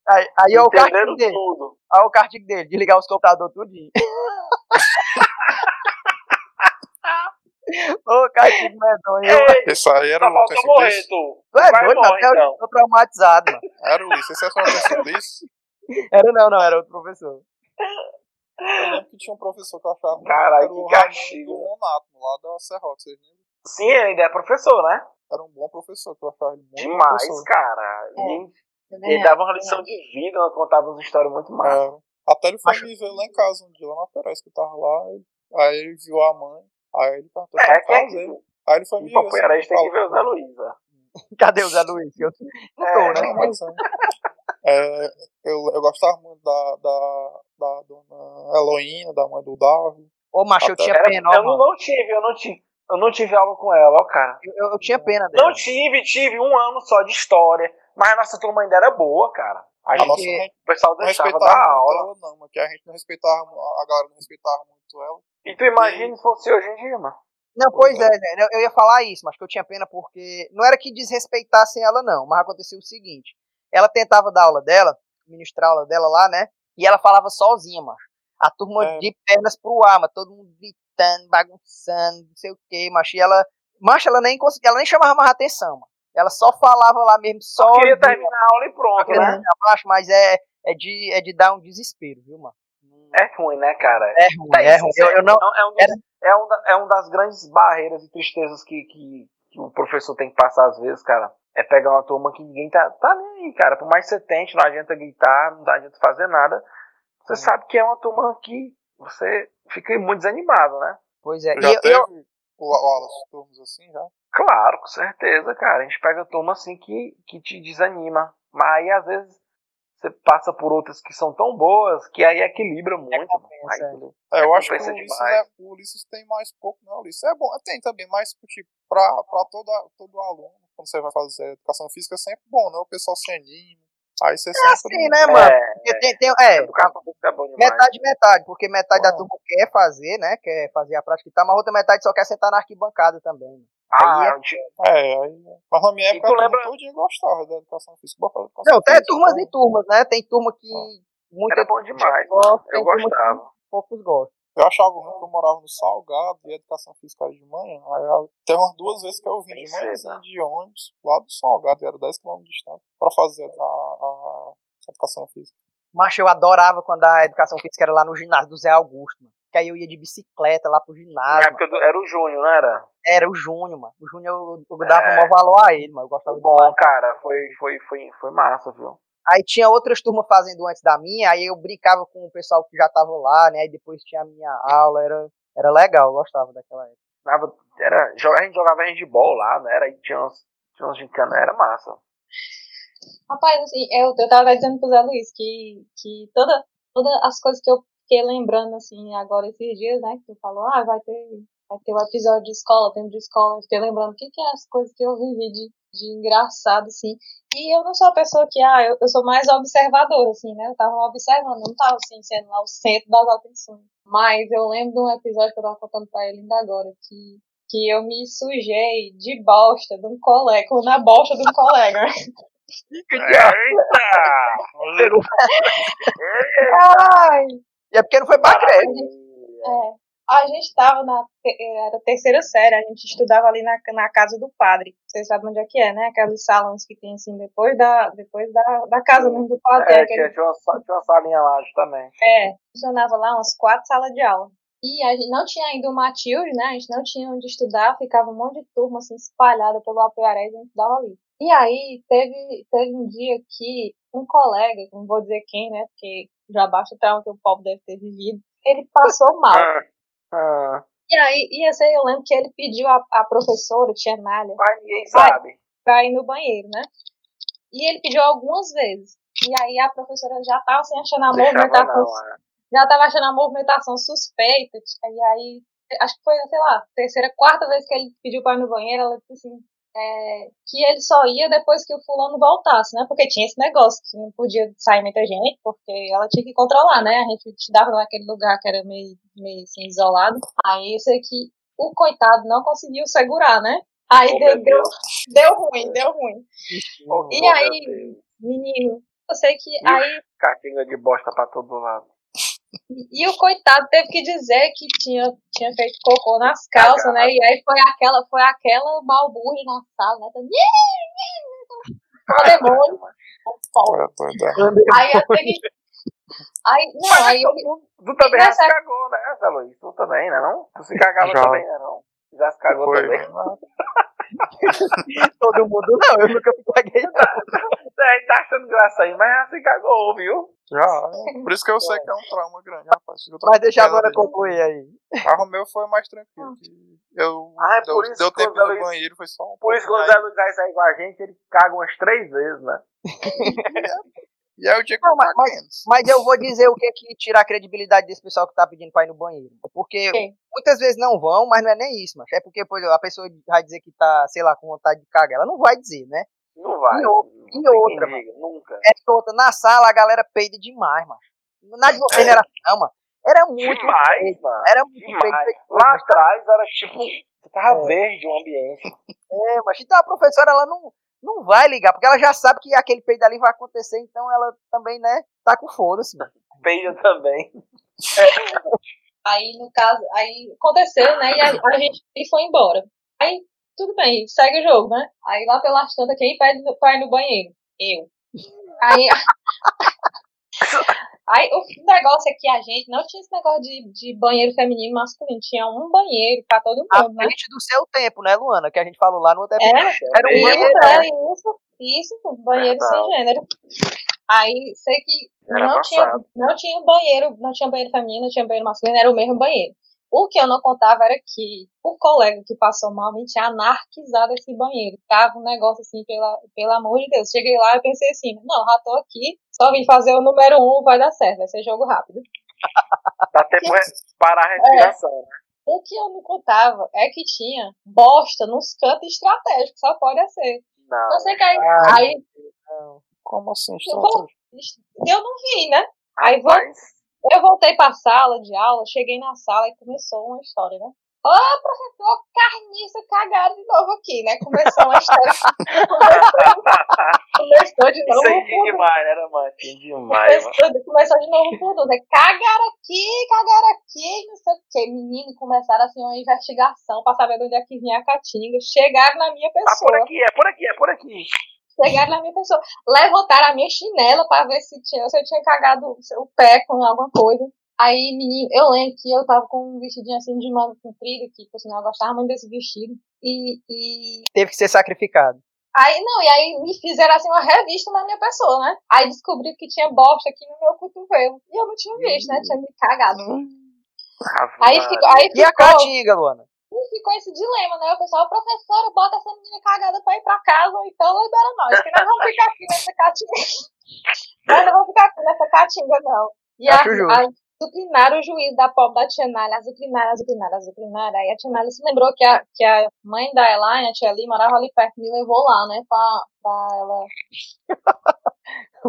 Aí, aí é o Entenderam castigo dele, tudo. aí é o castigo dele, desligar os computadores tudinho. Ô, castigo medonho, eu Ei, Esse aí era só o Antônio falta morrer, Simplício? tu. Tu é É, Vai doido, morrer, até hoje então. eu tô traumatizado, mano. Era o Luiz. Esse é um era o Antônio Simplício? Era não, não, era outro professor. Eu lembro que tinha um professor que eu achava muito Caralho, que era o que Ramon castigo. do Monato, lá da Serrota. Vocês lembram? Sim, ele ainda é professor, né? Era um bom professor, que eu achava ele muito bom Demais, professor. cara. É. E Ele dava uma lição de vida, ela contava umas histórias muito massa. É. Até ele foi Acho- me ver lá em casa um dia, lá na Pereira, que eu tava lá, ele- aí ele viu a mãe, aí ele perguntou o que É, eu quem é fazia. que. Aí ele foi me Em ver. Papai Aranha assim, tem que ver o falou, Zé né, Luísa. Cadê o Zé Luiz? Eu não É, tô, né? Não, mas é. É, eu, eu gostava muito da, da, da dona Heloína, da mãe do Davi. Ô, macho, eu Até- tinha Era- pena, ó, eu não, mano. não tive, eu não tive. Eu não tive aula com ela, ó, cara. Eu, eu- eu tinha pena É. dele. Não tive, tive um ano só de história. Mas a nossa turma ainda era boa, cara. A A gente, nossa Porque- gente o pessoal não deixava respeitava da muito aula. ela, não, mas que a gente não respeitava, mu- a galera não respeitava muito ela. E tu imagina se fosse hoje em dia, mano. Não, pois é, né? eu- eu ia falar isso, mas que eu tinha pena porque não era que desrespeitassem ela, não, mas aconteceu o seguinte: ela tentava dar aula dela, ministrar a aula dela lá, né? E ela falava sozinha, mano. A turma É. de pernas pro ar, mano, todo mundo gritando, bagunçando, não sei o quê, macho. E ela, macho, ela nem conseguia, ela nem chamava mais atenção, mano. Ela só falava lá mesmo, só. Queria terminar a aula e pronto, Queria né? terminar, macho, mas é, é, de, é de dar um desespero, viu, mano? É ruim, né, cara? É ruim, é ruim. Eu, eu não, É um, dos- é um da- é um das grandes barreiras e tristezas que, que- que o professor tem que passar às vezes, cara. É pegar uma turma que ninguém tá, tá nem aí, cara. Por mais que você tente, não adianta gritar, não adianta fazer nada. Você sabe que é uma turma que você fica muito desanimado, né? pois é. E Já eu- teve eu- o, o, as turmas assim, já? Claro, com certeza, cara. A gente pega turma assim que, que te desanima. Mas aí, às vezes, você passa por outras que são tão boas que aí equilibra muito. mano. Recompensa, Aí, É, eu acho que o Recompensa Ulisses, demais. é- o Ulisses tem mais pouco, não, Ulisses. É bom, tem também, mas tipo, pra, pra todo, a- todo aluno, quando você vai fazer educação física, é sempre bom, né? O pessoal se anima. Aí você é sempre. assim, né, mano? É, Porque tem, tem, é, educação física é bom demais. metade, metade, porque metade da Bom. turma quer fazer, né? Quer fazer a prática e tal, mas a outra metade só quer sentar na arquibancada também. Ah, Aí é- eu te- É, aí. Mas na minha E época, tu eu lembra- lembra... todo dia gostava da educação física. Bora fazer educação Não, tem física, é então, turmas bom. e turmas, né? Tem turma que Bom. Era muita gente bom demais, gosta, mano. Eu tem turma que gostava. poucos gostam. Eu achava ruim que eu morava no Salgado e a educação física era de manhã. Aí eu- tem umas duas vezes que eu vim Bem de manhãzinha cedo, né? de ônibus lá do Salgado, era 10km de distância, pra fazer a, a- a educação física. Mas eu adorava quando a educação física era lá no ginásio do Zé Augusto, mano. Que aí eu ia de bicicleta lá pro Na ginásio, mano. época do- era o Júnior, não era? Era o Júnior, mano. O Júnior eu, eu dava É. o maior valor a ele, mano. Eu gostava demais. Bom, cara, foi, foi, foi, foi massa, viu? Aí tinha outras turmas fazendo antes da minha, aí eu brincava com o pessoal que já tava lá, né? Aí depois tinha a minha aula, era, era legal, eu gostava daquela época. Tava- Era, jo- a gente jogava handball lá, né? Era, aí tinha uns, tinha uns gincana, era massa. é, Rapaz, assim, eu, eu tava dizendo pro Zé Luiz que, que toda, todas as coisas que eu fiquei lembrando, assim, agora esses dias, né, que tu falou, ah, vai ter, vai ter o episódio de escola, tempo de escola, eu fiquei lembrando o que, que é as coisas que eu vivi de, de engraçado, assim. E eu não sou a pessoa que, ah, eu, eu sou mais observadora, assim, né? Eu tava observando, não tava, assim, sendo lá o centro das atenções. Mas eu lembro de um episódio que eu tava contando pra ele ainda agora, que, que eu me sujei de bosta de um colega, ou na bosta de um colega. Eita! Ai! E é porque não foi pra creche. É. A gente estava na te- era terceira série, a gente estudava ali na, na casa do padre. Vocês sabem onde é que é, né? Aqueles salões que tem assim depois da, depois da, da casa mesmo do padre. É, aquele- tinha, tinha, uma, sa- tinha uma salinha lá também. é, funcionava lá umas quatro salas de aula. E a gente não tinha ainda o Matilde, né? A gente não tinha onde estudar, ficava um monte de turma assim espalhada pelo Apoiarés e a gente estudava ali. E aí teve, teve um dia que um colega, não vou dizer quem, né? Porque já basta o trauma que o povo deve ter vivido, ele passou mal. Ah, E aí, e essa aí eu lembro que ele pediu a, a professora, tia Nália, mas ninguém sabe. pra ir no banheiro, né? E ele pediu algumas vezes. E aí a professora já tava assim, achando a Deixava movimentação. não, é. Já tava achando a movimentação suspeita. E aí, acho que foi, sei lá, terceira, quarta vez que ele pediu pra ir no banheiro, ela disse assim. é, que ele só ia depois que o fulano voltasse, né? Porque tinha esse negócio que não podia sair muita gente, porque ela tinha que controlar, né? A gente estudava naquele lugar que era meio, meio assim, isolado. Aí isso aqui, o coitado não conseguiu segurar, né? Aí Oh, deu, meu deu, Deus. deu ruim, deu ruim. Oh, E meu aí? Deus. Menino, eu sei que Ixi. aí Cartinha de bosta pra todo lado. E e o coitado teve que dizer que tinha, tinha feito cocô nas calças, né? E aí foi aquela, foi aquela balbúrdia na sala, né? Todo mundo, "Ih, ih, ih", todo demônio, o pau. É, doido, é. Aí eu peguei. Aí, não, aí eu. Então, Tu também já Mas se é- cagou, né, Zé Luiz? Tu também, né? Não? Tu se cagava Já. também, né? Não? Já se cagou Foi. também? né, Não. Todo mundo, não, eu nunca me caguei. É, tá achando graça aí, mas já se cagou, viu? Já, é. Por isso que eu sei que é um trauma grande, rapaz. Eu tô Mas deixa com pena agora dele. concluir aí. Ah, o meu foi mais tranquilo. que Eu Ah, é deu, por isso deu que o tempo Zé no Luiz- banheiro, foi só um Por isso que o pouquinho, Zé Luiz vai sair com a gente, ele caga umas três vezes, né? aí- E aí o dia que Não, eu mas- caguei menos. Mas eu vou dizer o que é que tira a credibilidade desse pessoal que tá pedindo pra ir no banheiro. Porque Quem? muitas vezes não vão, mas não é nem isso, mas é porque por exemplo, a pessoa vai dizer que tá, sei lá, com vontade de cagar. Ela não vai dizer, né? Não vai. E ou- Não e tem quem outra, diga, Nunca. É outra, na sala a galera peida demais, mano. Na de vocês não era assim, não, mano. Era muito Demais, feio, mano. Era muito feio, Demais. feio, Lá mano. atrás era tipo. Tava verde o ambiente. É, mas então a professora ela não, não vai ligar, porque ela já sabe que aquele peido ali vai acontecer, então ela também, né, tá com foda-se, mano. Peida também. Aí, no caso, aí aconteceu, né? E a, a gente e foi embora. Aí, tudo bem, segue o jogo, né? Aí lá pela tantas, quem pede no- vai no banheiro? Eu. Aí. Aí o negócio é que a gente não tinha esse negócio de, de banheiro feminino e masculino, tinha um banheiro pra todo À mundo, né? frente do seu tempo, né, Luana? Que a gente falou lá no outro episódio. É, Era um Isso, banheiro. era isso, isso, banheiro Verdade. sem gênero. Aí sei que Era não tinha, passado. não tinha banheiro, não tinha banheiro feminino, não tinha banheiro masculino, era o mesmo banheiro. O que eu não contava era que o colega que passou mal me tinha anarquizado esse banheiro. Tava um negócio assim, pela, pelo amor de Deus. Cheguei lá e pensei assim, não, já tô aqui, só vim fazer o número um, vai dar certo, vai ser jogo rápido. Dá tempo re- Tá parar a respiração. É. né? O que eu não contava é que tinha bosta nos cantos estratégicos, só pode ser. Não. Eu sei que aí, Ah. aí Como assim? Eu, Estou... vou- eu não vi, né? Aí vou- Rapaz, eu voltei pra sala de aula, cheguei na sala e começou uma história, né? Ô, professor, carniça cagaram de novo aqui, né? Começou uma história. começou de novo. Isso aí por- é demais, né, era mantinho demais, mano. Começou, começou de novo por tudo. né? Cagaram aqui, cagaram aqui, não sei o quê. Menino, começaram assim uma investigação pra saber de onde é que vinha a caatinga. Chegaram na minha Ah, por pessoa. aqui, é por aqui, é por aqui. Chegaram na minha pessoa, levantaram a minha chinela pra ver se, tinha, se eu tinha cagado o pé com alguma coisa. Aí, menino, eu lembro que eu tava com um vestidinho assim de manga comprida, que por sinal eu gostava muito desse vestido. E, e Teve que ser sacrificado. aí, não, e aí me fizeram assim uma revista na minha pessoa, né? Aí descobri que tinha bosta aqui no meu cotovelo. E eu não tinha visto, né? Tinha me cagado. Ave Aí Maria. ficou, aí E a ficou, Caatinga, Luana? e ficou esse dilema, né? O pessoal, professora, bota essa menina cagada pra ir pra casa, ou então libera nós, que nós vamos ficar aqui nessa catinha. Mas não vou ficar aqui nessa caatinga, não. E Acho a- justo. aí, Zucrinaram o juiz da pobre da Tianalha, Zucrinaram, Zucrinaram, Zucrinaram. Aí a Tianalha se lembrou que a, que a mãe da Elaine, a Tia Lee, morava ali perto, me levou lá, né, pra, pra ela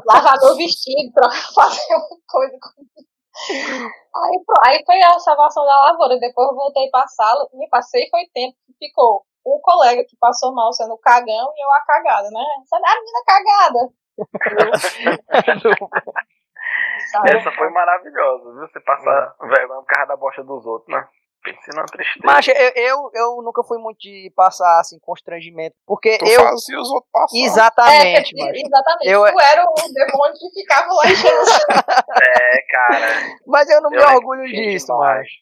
lavar meu vestido, pra fazer uma coisa comigo. Aí, pro- aí foi a salvação da lavoura. Depois eu voltei pra sala, me passei e foi tempo que ficou o colega que passou mal sendo o cagão e eu a cagada, né? Sabe, a menina cagada. Sabe? Essa foi maravilhosa, viu? Você passar vergonha por causa da bosta dos outros, né? Pense na tristeza. É. Mas eu, eu, eu nunca fui muito de passar assim, constrangimento. Porque Tu eu. fazia os outros passar. É, Exatamente, macho. e- exatamente. Eu- é Tu era o demônio que ficava lá enchendo o É, cara. Mas eu não me Eu era orgulho gente disso, demais. macho.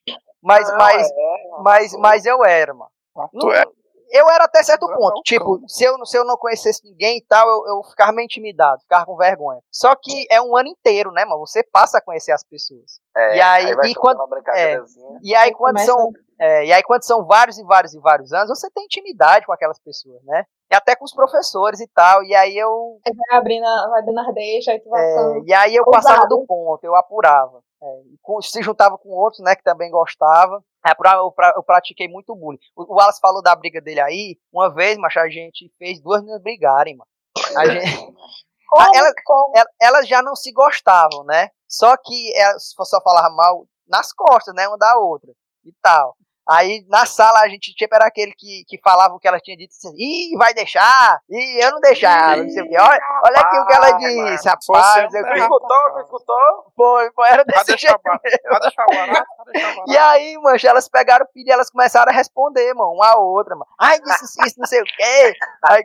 Mas, é. Não, mas, é, mas, mas eu era, mano. Ah, Não- tu é. Eu era até certo Não, ponto. não, Tipo, se eu, se eu não conhecesse ninguém e tal, eu, eu ficava meio intimidado, ficava com vergonha. Só que é um ano inteiro, né, mano? Você passa a conhecer as pessoas. É, E aí, vai e soltando quando- uma brincadeirazinha. E aí, quando Começa- são, é, e aí, quando são vários e vários e vários anos, você tem intimidade com aquelas pessoas, né? E até com os professores e tal. E aí eu. vai abrindo, a- vai dando ardeixa, aí tu vai é, ficando. e aí eu Ousado. passava do ponto, eu apurava. É, e com- se juntava com outros, né, que também gostava. Aí pra- eu, pra- eu pratiquei muito bullying. O, o Wallace falou da briga dele aí. Uma vez, macho, a gente fez duas meninas brigarem, mano. A gente, Como, Ah, Então, ela- como? el- elas já não se gostavam, né? Só que elas só falavam mal nas costas, né? Uma da outra e tal. Aí na sala a gente tipo, era aquele que, que falava o que ela tinha dito assim, ih, vai deixar, ih, eu não deixava, não sei o quê. Olha, olha aqui o que ela disse, rapaz. Você eu é um que- merda. Escutou, não escutou? Foi, foi, era Vai desse deixar, jeito. ba- vai deixar barato, vai deixar barato. E aí, mancha, elas pegaram o pilha e elas começaram a responder, mano, uma a outra, mano. Ai, disse isso, isso, não sei o quê. Aí,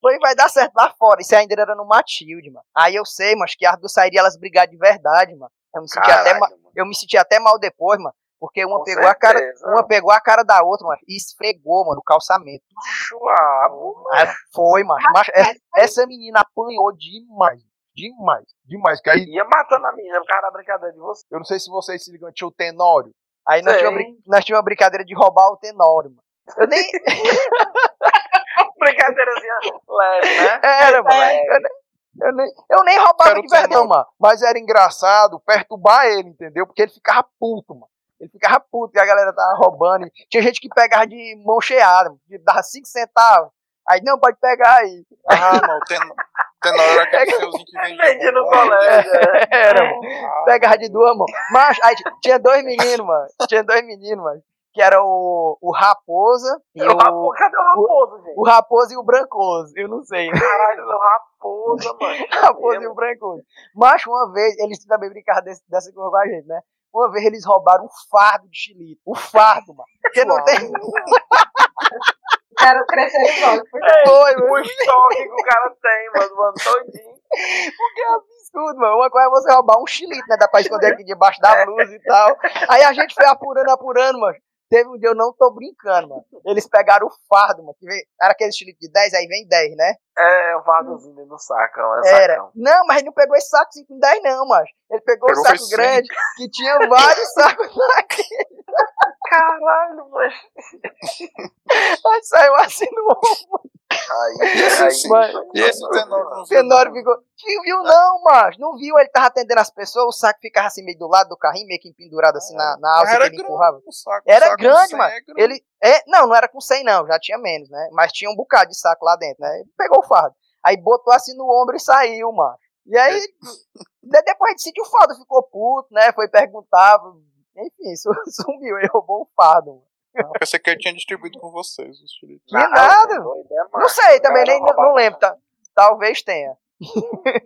foi, vai dar certo lá fora. Isso ainda era no Matilde, mano. Aí eu sei, mas que as duas sairiam elas brigar de verdade, mano. Eu me senti é, até ma- Caralho, mano. eu me senti até mal depois, mano, porque uma Com pegou a cara, certeza. uma pegou a cara da outra, mano, e esfregou, mano, o calçamento. Chuabo, mano. Aí foi, mano. Mas essa, essa menina apanhou demais, demais, demais. Que aí Ia matando a menina por causa da brincadeira de você. eu não sei se vocês se ligam, tinha o Tenório. Aí nós Sei. tínhamos, brin- nós tínhamos uma brincadeira de roubar o Tenório, mano. Eu nem. Brincadeirazinha leve, né? Era, mano. Leve. É, Eu nem, eu nem, eu nem roubava Quero de verdade, Tenório. mano. Mas era engraçado perturbar ele, entendeu? Porque ele ficava puto, mano. Ele ficava puto que a galera tava roubando. E Tinha gente que pegava de mão cheada, mano, que dava 5 centavos. Aí, não, pode pegar aí. Ah, mano, o Tenor tenor era aquele seuzinho que vendia. Vendi no bombom. colégio. né? Era, mano. é, Ah, Pegava de duas mãos. Mas aí t- tinha dois meninos, mano. Tinha dois meninos, mano. Que era o, o Raposa e O rapo- o, é. Cadê o raposo, gente? o Raposo e o Brancoso. Eu não sei. Caralho, o raposa, mano. é Raposo e o Brancoso. Tá, Mas uma vez, eles também brincavam desse, dessa coisa com a gente, né? Uma vez eles roubaram um fardo de xilito. Um fardo, mano. Porque não tem. Era o crescer os olhos. foi Foi, O mano. Um estoque que o cara tem, mano. Mano, todinho. Porque é absurdo, mano. Uma coisa é você roubar um xilito, né? Dá pra esconder aqui debaixo da blusa e tal. Aí a gente foi apurando, apurando, mano. Teve um dia, eu não tô brincando, mano. Eles pegaram o fardo, mano. Que veio- era aquele xilito de 10, aí vem 10, né? É, o vadozinho dentro do sacão. Tá É Era. sacão. Não, mas ele não pegou esse saco 5 em 10, não, macho. Ele pegou, o Pegou foi saco cinco. grande, que tinha vários sacos. Caralho, mano. Aí saiu assim no ombro. Aí, esse aí. sim. mano, E esse tenor mano. não O viu, Tenório não. ficou. Viu, viu, não, macho. Não viu, ele tava atendendo as pessoas, o saco ficava assim meio do lado do carrinho, meio que pendurado assim na, na Mas alça que Ah, Era ele empurrava. grande, o saco. Era o saco grande, sem mano. é grande. Ele, é, não, não era com 100 não, já tinha menos, né? Mas tinha um bocado de saco lá dentro, né? Ele pegou o fardo. Aí botou assim no ombro e saiu, mano. E aí, de- depois a gente sentiu o fardo, ficou puto, né? Foi perguntar, enfim, su- sumiu, ele roubou o fardo. Mano. Eu pensei que ele tinha distribuído com vocês os xilitos. Que nada. doido, ah, é, Não mano. sei também, Cara, nem, não, roubado. lembro, tá? talvez tenha.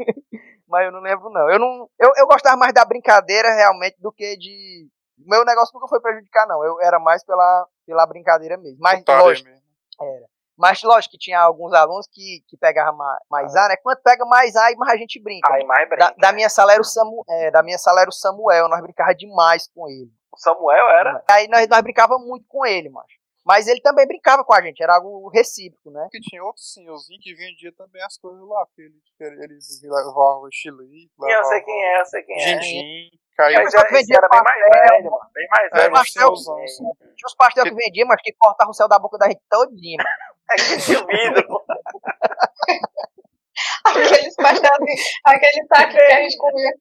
Mas eu não lembro, não. Eu, não eu, eu gostava mais da brincadeira, realmente, do que de... Meu negócio nunca foi prejudicar, não. Eu era mais pela, pela brincadeira mesmo. Mas, Otário lógico, mesmo. Era. Mas lógico que tinha alguns alunos que, que pegavam ma- mais A, né? Quanto pega mais A, mais a gente brinca. Ai, mais da, Ah. brinca. da minha sala era o Samu, é, da minha sala era o Samuel, nós brincava demais com ele. O Samuel era? Aí nós, nós brincava muito com ele, mas mas ele também brincava com a gente, era algo recíproco, né? Que tinha outro senhorzinho que vendia também as coisas lá. Que ele, que ele, ele levava xilito, Sim, eu sei levava quem é, eu sei quem é. gingim. Caiu. Mas era, esse vendia era bem mais papel, velho, mano. Bem mais Era velho. É, um Mas eu- senhorzão, assim. Tinha uns pastel que vendia, mas que cortavam o céu da boca da gente todinho. mano. É que tinha vidro. Aqueles pastéis, aquele saco que a gente comia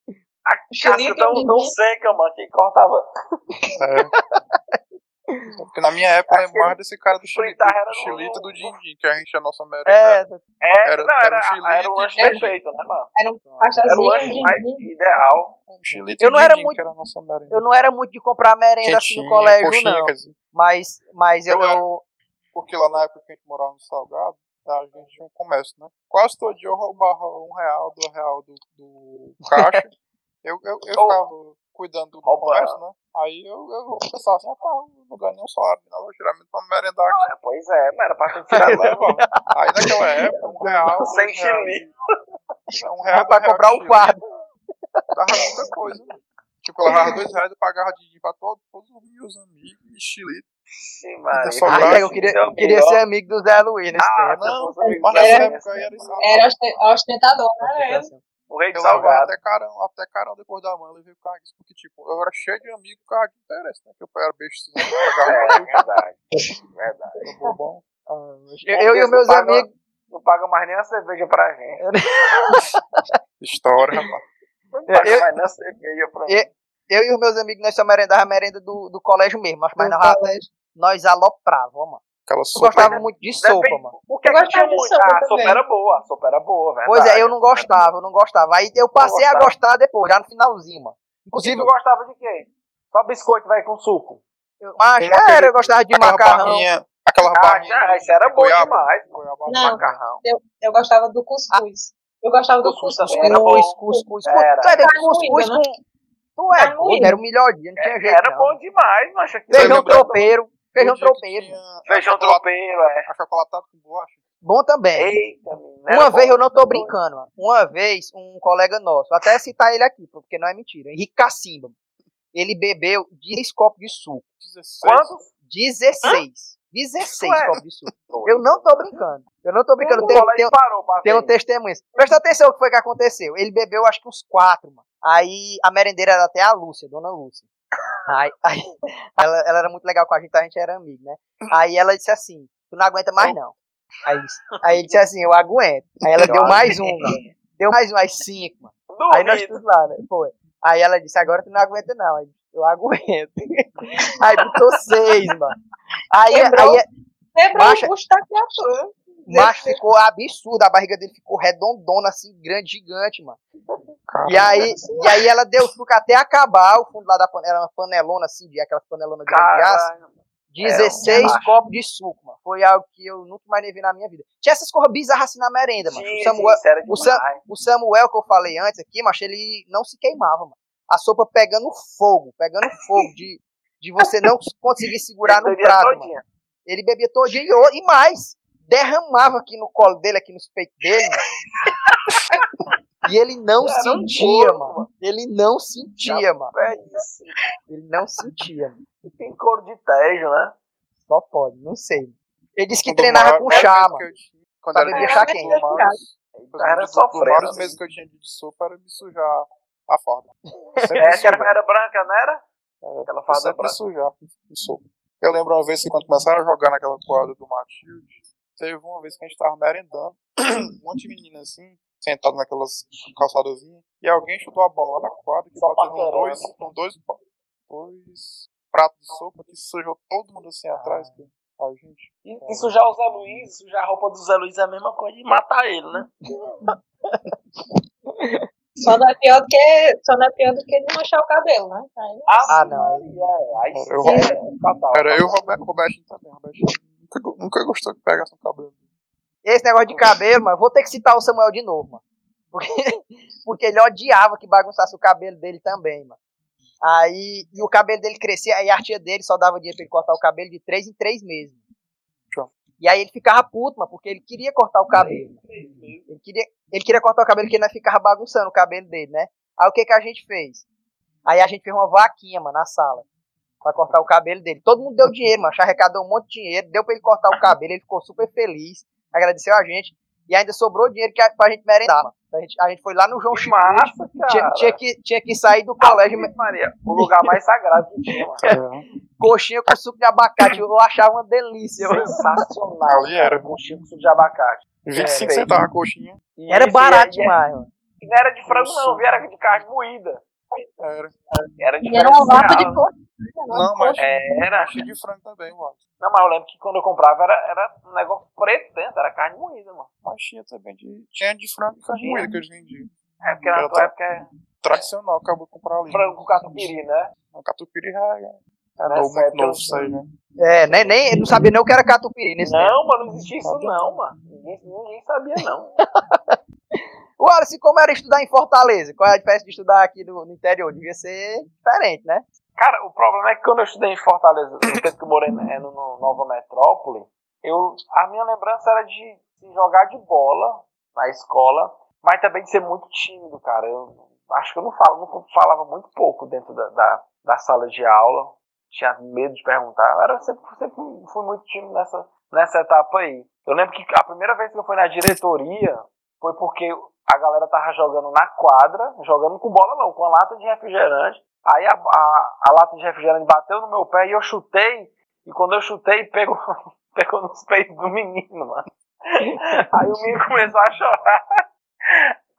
A casca Felipe, tão, tão ninguém- seca, mano, que cortava. É. Porque na minha época Acho é que mais desse cara do chilito, fritar era do, no- chilito e do din-din, que a gente, a nossa merenda era, É, É, Era- não, era era, um chilito era o lanche de- perfeito, né, mano? Era um Era o pachazinho lanche mais de mim. ideal. chilito Eu e não era din-din, muito- que era a nossa merenda. eu não era muito de comprar merenda assim no colégio, coxinha, não. quer dizer. Mas, mas eu, Eu era. eu- Porque lá na época que a gente morava no Salgado, a gente tinha um comércio, né? Quase todo dia eu roubava um real, dois real do, do caixa. eu, eu, eu Oh. ficava cuidando do Rouba. comércio, né? Aí eu, eu pensava assim, rapaz, eu não ganho nem um salário, né? Eu vou tirar mesmo pra me merendar aqui. É, pois é, mas era pra Aí tirar lá. levava. Aí naquela época, um real, dois Sem reais, chile. um real, pra dois reais comprar de um chile, fardo. Dava muita coisa, né? Tipo, eu levava dois reais, eu pagava de pra todo, todos os meus amigos, e chilito. Ixi, Maria. Só Ah, Ai, cara, braço, eu queria, Meu eu queria amigo, ser amigo do Zé Luiz né? nesse Ah, tempo. se eu fosse amigo Mas do Era- Zé nessa Luiz, época aí era isso. Era oste- ostentador, né? Assim, o rei de Eu levava salgado. até carão, até carão depois da mãe, eu levei o carro disso, porque, tipo, eu era cheio de amigo por causa de interesse, né? Que eu era besta, né? Eu É, verdade. Verdade. pagava bobão. Eu, eu e os Não meus paga- amigos. Não paga mais nem a cerveja pra gente. História, rapaz. Não Eu- paga é, eu- mais nem a cerveja pra eu- gente. Eu e os meus amigos, nós só merendávamos a merenda do, do colégio mesmo. Mas Então- nós, nós aloprávamos, ó, mano. Aquela Tu sopa. gostava muito de sopa, Depende- mano. O que é Eu que tinha gostava de muito? sopa Ah, a sopa também. era boa, a sopa era boa, verdade. Pois é, eu não a sopa era gostava, eu não gostava. Aí eu passei a gostava. Tipo, gostar depois, já no finalzinho, mano. E Inclusive, tu gostava de quê? Só biscoito, vai com suco. eu, mas Tem aquele- era, eu gostava de aquela macarrão. barrinha. Aquela Ah, barrinha. já, isso era de bom goiaba. demais. Goiaba. Não, Macarrão. eu gostava do cuscuz. Eu gostava do Cuscuz também cuscuz. era bom. Cuscuz, cuscuz, cuscuz. Era. Tu é doido, Carne moída, cuscuz né? com... Tá Tu é Carne doido, moída. era o melhor dia, não tinha jeito É, Era não. bom demais, mas aqui Você Feijão lembra- tropeiro, feijão O dia que tropeiro. tinha a Feijão chocolate- tropeiro, é. A chocolatada com bolacha. Bom também. Eita, menina. Uma vez, eu não tô brincando, mano. Uma vez, um colega nosso, vou até citar ele aqui, porque não é mentira, Henrique Cacimba, ele bebeu 10 copos de suco. 16. Quantos? 16. 16 Ué. copos de suco. Eu não tô brincando. Eu não tô brincando. O Tem, colégio tem, parou pra tem um ver. testemunho. Presta atenção o que foi que aconteceu. Ele bebeu, acho que uns 4, mano. Aí a merendeira era até a Lúcia, dona Lúcia. Aí, aí, ela, ela era muito legal com a gente, a gente era amigo, né? Aí ela disse assim: Tu não aguenta mais, não. Aí, aí ele disse assim: Eu aguento. Aí ela deu mais um, mano. Deu mais um, mais cinco, mano. Aí nós Duvido. tudo lá, né? Foi. Aí ela disse, agora tu não aguenta, não. Aí, eu aguento. Aí botou seis, mano. Aí, Lembrou? aí Lembra Baixa- o Augusto é um da criatura. o macho ficou absurdo, a barriga dele ficou redondona, assim, grande, gigante, mano. E aí, e aí ela deu suco até acabar o fundo lá da panela, era uma panelona, assim, de aquelas panelonas grandes de aço. Caralho. é 16 copos de suco, mano. Foi algo que eu nunca mais nem vi na minha vida. Tinha essas coisas bizarras assim na merenda, mano. O Sim, Samuel, isso era o é um Sam- demais. o Samuel que eu falei antes aqui, mas ele não se queimava, mano. A sopa pegando fogo, pegando fogo de, de você não conseguir segurar Ele no bebia um prato, mano. todinha. Ele bebia todinho e, o- e mais, derramava aqui no colo dele, aqui nos peitos dele, mano. E ele não Era um sentia, couro, mano. mano. Ele não sentia, mano. É isso. Ele não sentia, mano. Tem couro de tejo, né? Só pode, não sei. Ele disse que Quando eu treinava morava- com vários chá, meses mano. que eu tinha- Quando Pra era beber de chá do quente. Maros, Então era Por vários sofrendo. meses que eu tinha de sopa era me sujar a farda. Sempre É, me que era, sujar. era branca, não era? É, Aquela Eu farda sempre me branca. sujar com sopa. Eu lembro uma vez que quando começaram a jogar naquela quadra do Matilde, teve uma vez que a gente tava merendando, um monte de menina assim, sentado naquelas calçadozinhas, e alguém chutou a bola lá na quadra que Só bateu num paquerando. dois, num dois, pa- dois pratos de sopa que sujou todo mundo assim atrás. Ah. Que, a gente. E, e sujar o Zé Luiz, sujar a roupa do Zé Luiz é a mesma coisa de matar ele, né? Só não é pior do que, só não é pior do que ele não achar o cabelo, né? Aí, Ah, não. Maria, é. Aí sim, Eu- é, fatal. Era eu e o Roberto, Robertinho também. o Robertinho nunca, go- nunca gostou que pegasse no cabelo. Esse negócio de cabelo, mano, eu vou ter que citar o Samuel de novo, mano. Porque, porque ele odiava que bagunçasse o cabelo dele também, mano. Aí, e o cabelo dele crescia, aí a tia dele só dava dinheiro pra ele cortar o cabelo de três em três meses. mano. E aí ele ficava puto, mano, porque ele queria cortar o cabelo. Ele queria, ele queria cortar o cabelo porque ele não ficava bagunçando o cabelo dele, né? Aí o que que a gente fez? Aí a gente fez uma vaquinha, mano, na sala. Pra cortar o cabelo dele. Todo mundo deu dinheiro, mano. a gente Arrecadou um monte de dinheiro. Deu pra ele cortar o cabelo. Ele ficou super feliz. Agradeceu a gente. E ainda sobrou dinheiro que a, pra gente merendar, mano. A gente, a gente foi lá no João Que Chico. massa, Tinha, cara. tinha que, tinha que sair do colégio. Ave Maria, o lugar mais sagrado que tinha, mano. Coxinha com suco de abacate. Eu achava uma delícia. mano. Sensacional. Ali era. cara, Com chico de abacate. 25 É, centavos a coxinha. E é- Era isso, barato e- e- demais, mano. E não era de frango, Isso. não, viu? Era de carne moída. Era. Era E era uma lata de diferenciado. plástico. Não, mas Era. achei de frango também, mano. Não, mas eu lembro que quando eu comprava era, era um negócio preto dentro, era carne moída, mano. Mas tinha também de. Tinha de frango e carne moída que eles vendiam. É porque na Eu tua tô- época é Tradicional, acabou de comprar ali. frango com catupiry, né? Um catupiry é. É Nessa novo, muito época eu novo isso aí, né? É, nem, nem, ele não sabia nem o que era catupiry nesse tempo. Não, mano, não existia isso não, mano. Ninguém, ninguém sabia não. O Alisson, como era estudar em Fortaleza? Qual é a diferença de estudar aqui no, no interior? Devia ser diferente, né? Cara, o problema é que quando eu estudei em Fortaleza, no tempo que eu morei né, no, no Nova Metrópole, eu, a minha lembrança era de se jogar de bola na escola, mas também de ser muito tímido, cara. Eu acho que eu não, falo, não falava muito pouco dentro da, da, da sala de aula. Tinha medo de perguntar. Eu era sempre, sempre fui muito tímido nessa, nessa etapa aí. Eu lembro que a primeira vez que eu fui na diretoria foi porque a galera tava jogando na quadra, jogando com bola não, com a lata de refrigerante. Aí a, a- a lata de refrigerante bateu no meu pé e eu chutei. E quando eu chutei, pegou, pegou nos peitos do menino, mano. Aí o menino começou a chorar.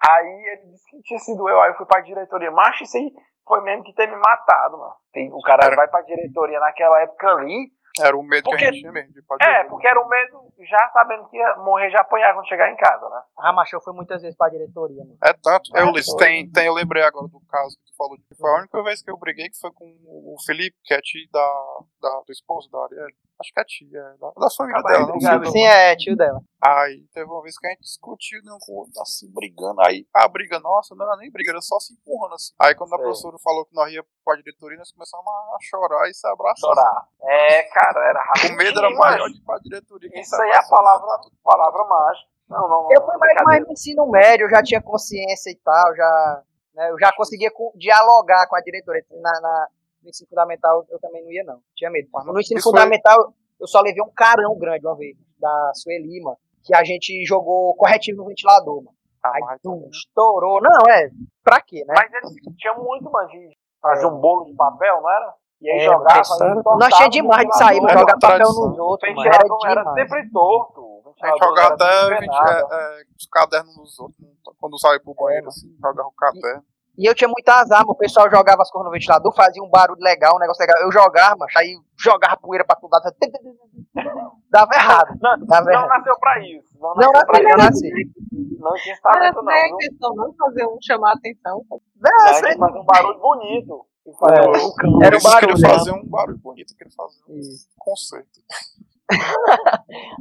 Aí ele disse que tinha sido eu. Aí eu fui pra diretoria. Macho, isso aí foi mesmo que ter me matado, mano. Tem- O cara vai pra diretoria naquela época ali. Era o medo que Porque- a gente tinha mesmo de fazer. É, porque era o medo, já sabendo que ia morrer, já apanhar quando chegar em casa, né? Ah, mas eu fui muitas vezes pra diretoria, mano. É tanto. É, Eu, Ulisses, foi. tem, tem, eu lembrei agora do caso que tu falou. de- Foi a única vez que eu briguei que foi com o Felipe, que é tio da, da, do esposo da Ariel. Acho que é tia, é, da, da família Rapaz, dela. Não sei obrigado. do- Sim, é, tio dela. Aí teve uma vez que a gente discutiu né, um com o outro, assim, brigando. Aí a briga nossa não era nem briga, era só se empurrando assim. Aí quando a Sei. professora falou que nós ia pra diretoria, nós começamos a chorar e se abraçar. Chorar. É, cara, era O rapidinho. medo era maior de ir pra diretoria. que Isso se aí é a abraçar. palavra, palavra mágica. Não, não, não. Eu fui mais, brincadeira. mais no ensino médio, eu já tinha consciência e tal, já, né, eu já conseguia co- dialogar com a diretora. Na, na- no ensino fundamental eu também não ia, não. Tinha medo. Mas No ensino isso foi- fundamental eu só levei um carão grande uma vez, da Sueli, mano, que a gente jogou corretivo no ventilador, mano. Ah, Aí, mas tum, também, né? estourou. Não, é, pra quê, né? Mas eles tinham muito manjinho. Fazia um bolo de papel, não era? E aí É, jogava, mas aí Nós tinha demais de sair, mano, Era jogar papel tradição. nos outros, mano. Era Ventilador era, demais. sempre torto. o A gente ventilador jogava era até sempre 20, empenado. é, é, os cadernos dos outros. não- tá, Quando saía pro banheiro, assim, jogava o caderno. E eu tinha muito azar, mano. O pessoal jogava as coisas no ventilador, fazia um barulho legal, um negócio legal. Eu jogava, mano, aí jogava poeira pra tudo lado. tum, tum, tum, tum. Dava errado. Não, Dava não errado. nasceu pra isso. Não Não, nasceu nasci, pra não isso. nasci. Não tinha Não era estamento, não. nem a viu? questão, não fazer um chamar a atenção. Não, Não, a sei. gente fazia um barulho bonito. E fazia É. o- o cão. Era um Ulisses queria barulhão. fazer um barulho bonito, queria fazer um concerto.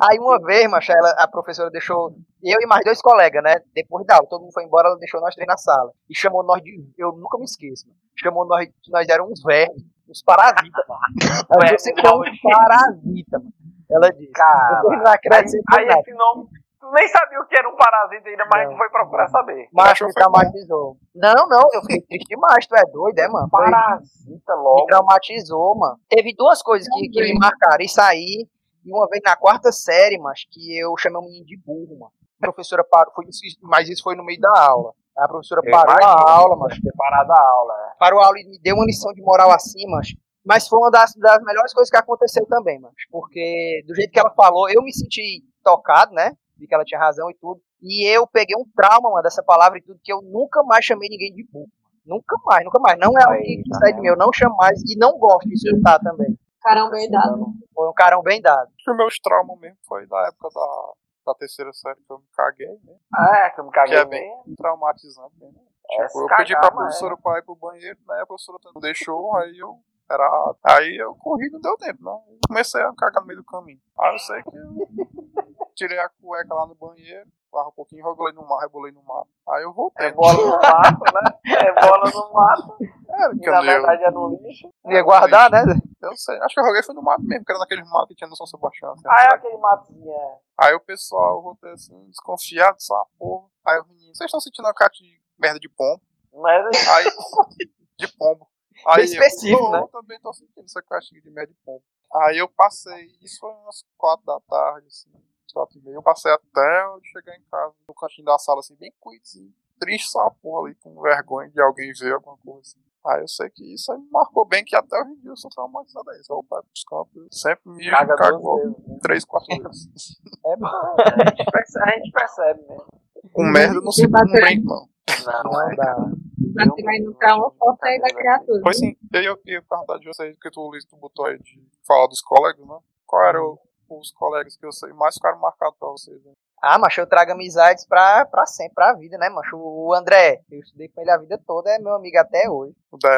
Aí uma vez, macho, ela, a professora deixou eu e mais dois colegas, né? Depois da aula, todo mundo foi embora, ela deixou nós três na sala. E chamou nós de. Eu nunca me esqueço, mano. Chamou nós que nós eram uns vermes, uns parasitas, mano. Ela disse, vocês são uns parasitas, mano. Ela disse. Cara, Vocês não Aí, acreditam em aí nada. esse nome. Tu nem sabia o que era um parasita ainda, mas Não. tu foi procurar saber. Macho Achou me foi bom. traumatizou. Não, não, eu fiquei triste demais, tu é doido, é, mano? Foi- Parasita me logo. traumatizou, mano. Teve duas coisas que, que me marcaram. Isso aí, e uma vez na quarta série, mas que eu chamei um menino de burro, mano. A professora parou, foi, isso- mas isso foi no meio da aula. A professora Eu parou imagino. a aula, mano. Ter parado a aula, é. Parou a aula e me deu uma lição de moral assim, mano. Mas foi uma das, das melhores coisas que aconteceu também, mano. Porque do jeito que ela falou, eu me senti tocado, né? Vi que ela tinha razão e tudo. E eu peguei um trauma, mano, dessa palavra e tudo, que eu nunca mais chamei ninguém de burro. Nunca mais, nunca mais. Não é algo que, Aí, que tá sai de vendo? mim. Eu não chamo mais e não gosto de escutar também. Caramba, eu dado. Foi um carão bem dado. Acho que o meu trauma mesmo foi da época da, da terceira série que eu me caguei, né? Então, Ah, é, que eu me Que caguei é bem. bem traumatizante mesmo. É, Tipo, se eu pedi pra cagar, professora pra ir pro banheiro, né? A professora não deixou, aí eu. Era, aí eu corri não deu tempo, não. Eu comecei a cagar no meio do caminho. Aí eu sei que eu tirei a cueca lá no banheiro, barra um pouquinho, rebolei no mar, rebolei no mar. Aí eu voltei. É bola no mato, né? É bola no mato. É, E porque eu, na não ia- verdade é no lixo. Ia guardar, né? eu não sei. Acho que eu joguei foi no mato mesmo, que era naquele mato que tinha no São Sebastião. assim, Ah, é atrás. aquele matozinho, é. Aí o pessoal voltou assim, desconfiado, só uma porra. Aí os meninos, vocês estão sentindo a cara de merda de pombo? Mas Aí, de pombo. Aí Bem específico, eu, "Tô, né? eu também tô sentindo essa caixinha de merda de pombo. Aí eu passei, isso foi umas quatro da tarde, assim, quatro e meia. Eu passei até eu chegar em casa, no cantinho da sala, assim, bem cuidosinho. Triste só a porra ali, com vergonha de alguém ver alguma coisa. assim. Aí eu sei que isso aí me marcou bem, que até hoje em dia eu sou traumatizado a isso. Eu vou para os campos, sempre me caga cagou duas vezes. né? três, quatro vezes. É, mano. A né? gente percebe, a gente percebe mesmo. Com merda um não se não brinca, não. Não, Não é. dá. Pra você vai entrar uma foto aí da criatura. Pois sim, eu ia, ia perguntar de vocês, porque tu, Luiz, tu botou aí de falar dos colegas, né? Qual eram os colegas que eu sei mais ficaram marcados pra vocês? Né? Ah, macho, eu trago amizades pra, pra sempre, pra vida, né, macho? O André, eu estudei com ele a vida toda, é meu amigo até hoje. O Da,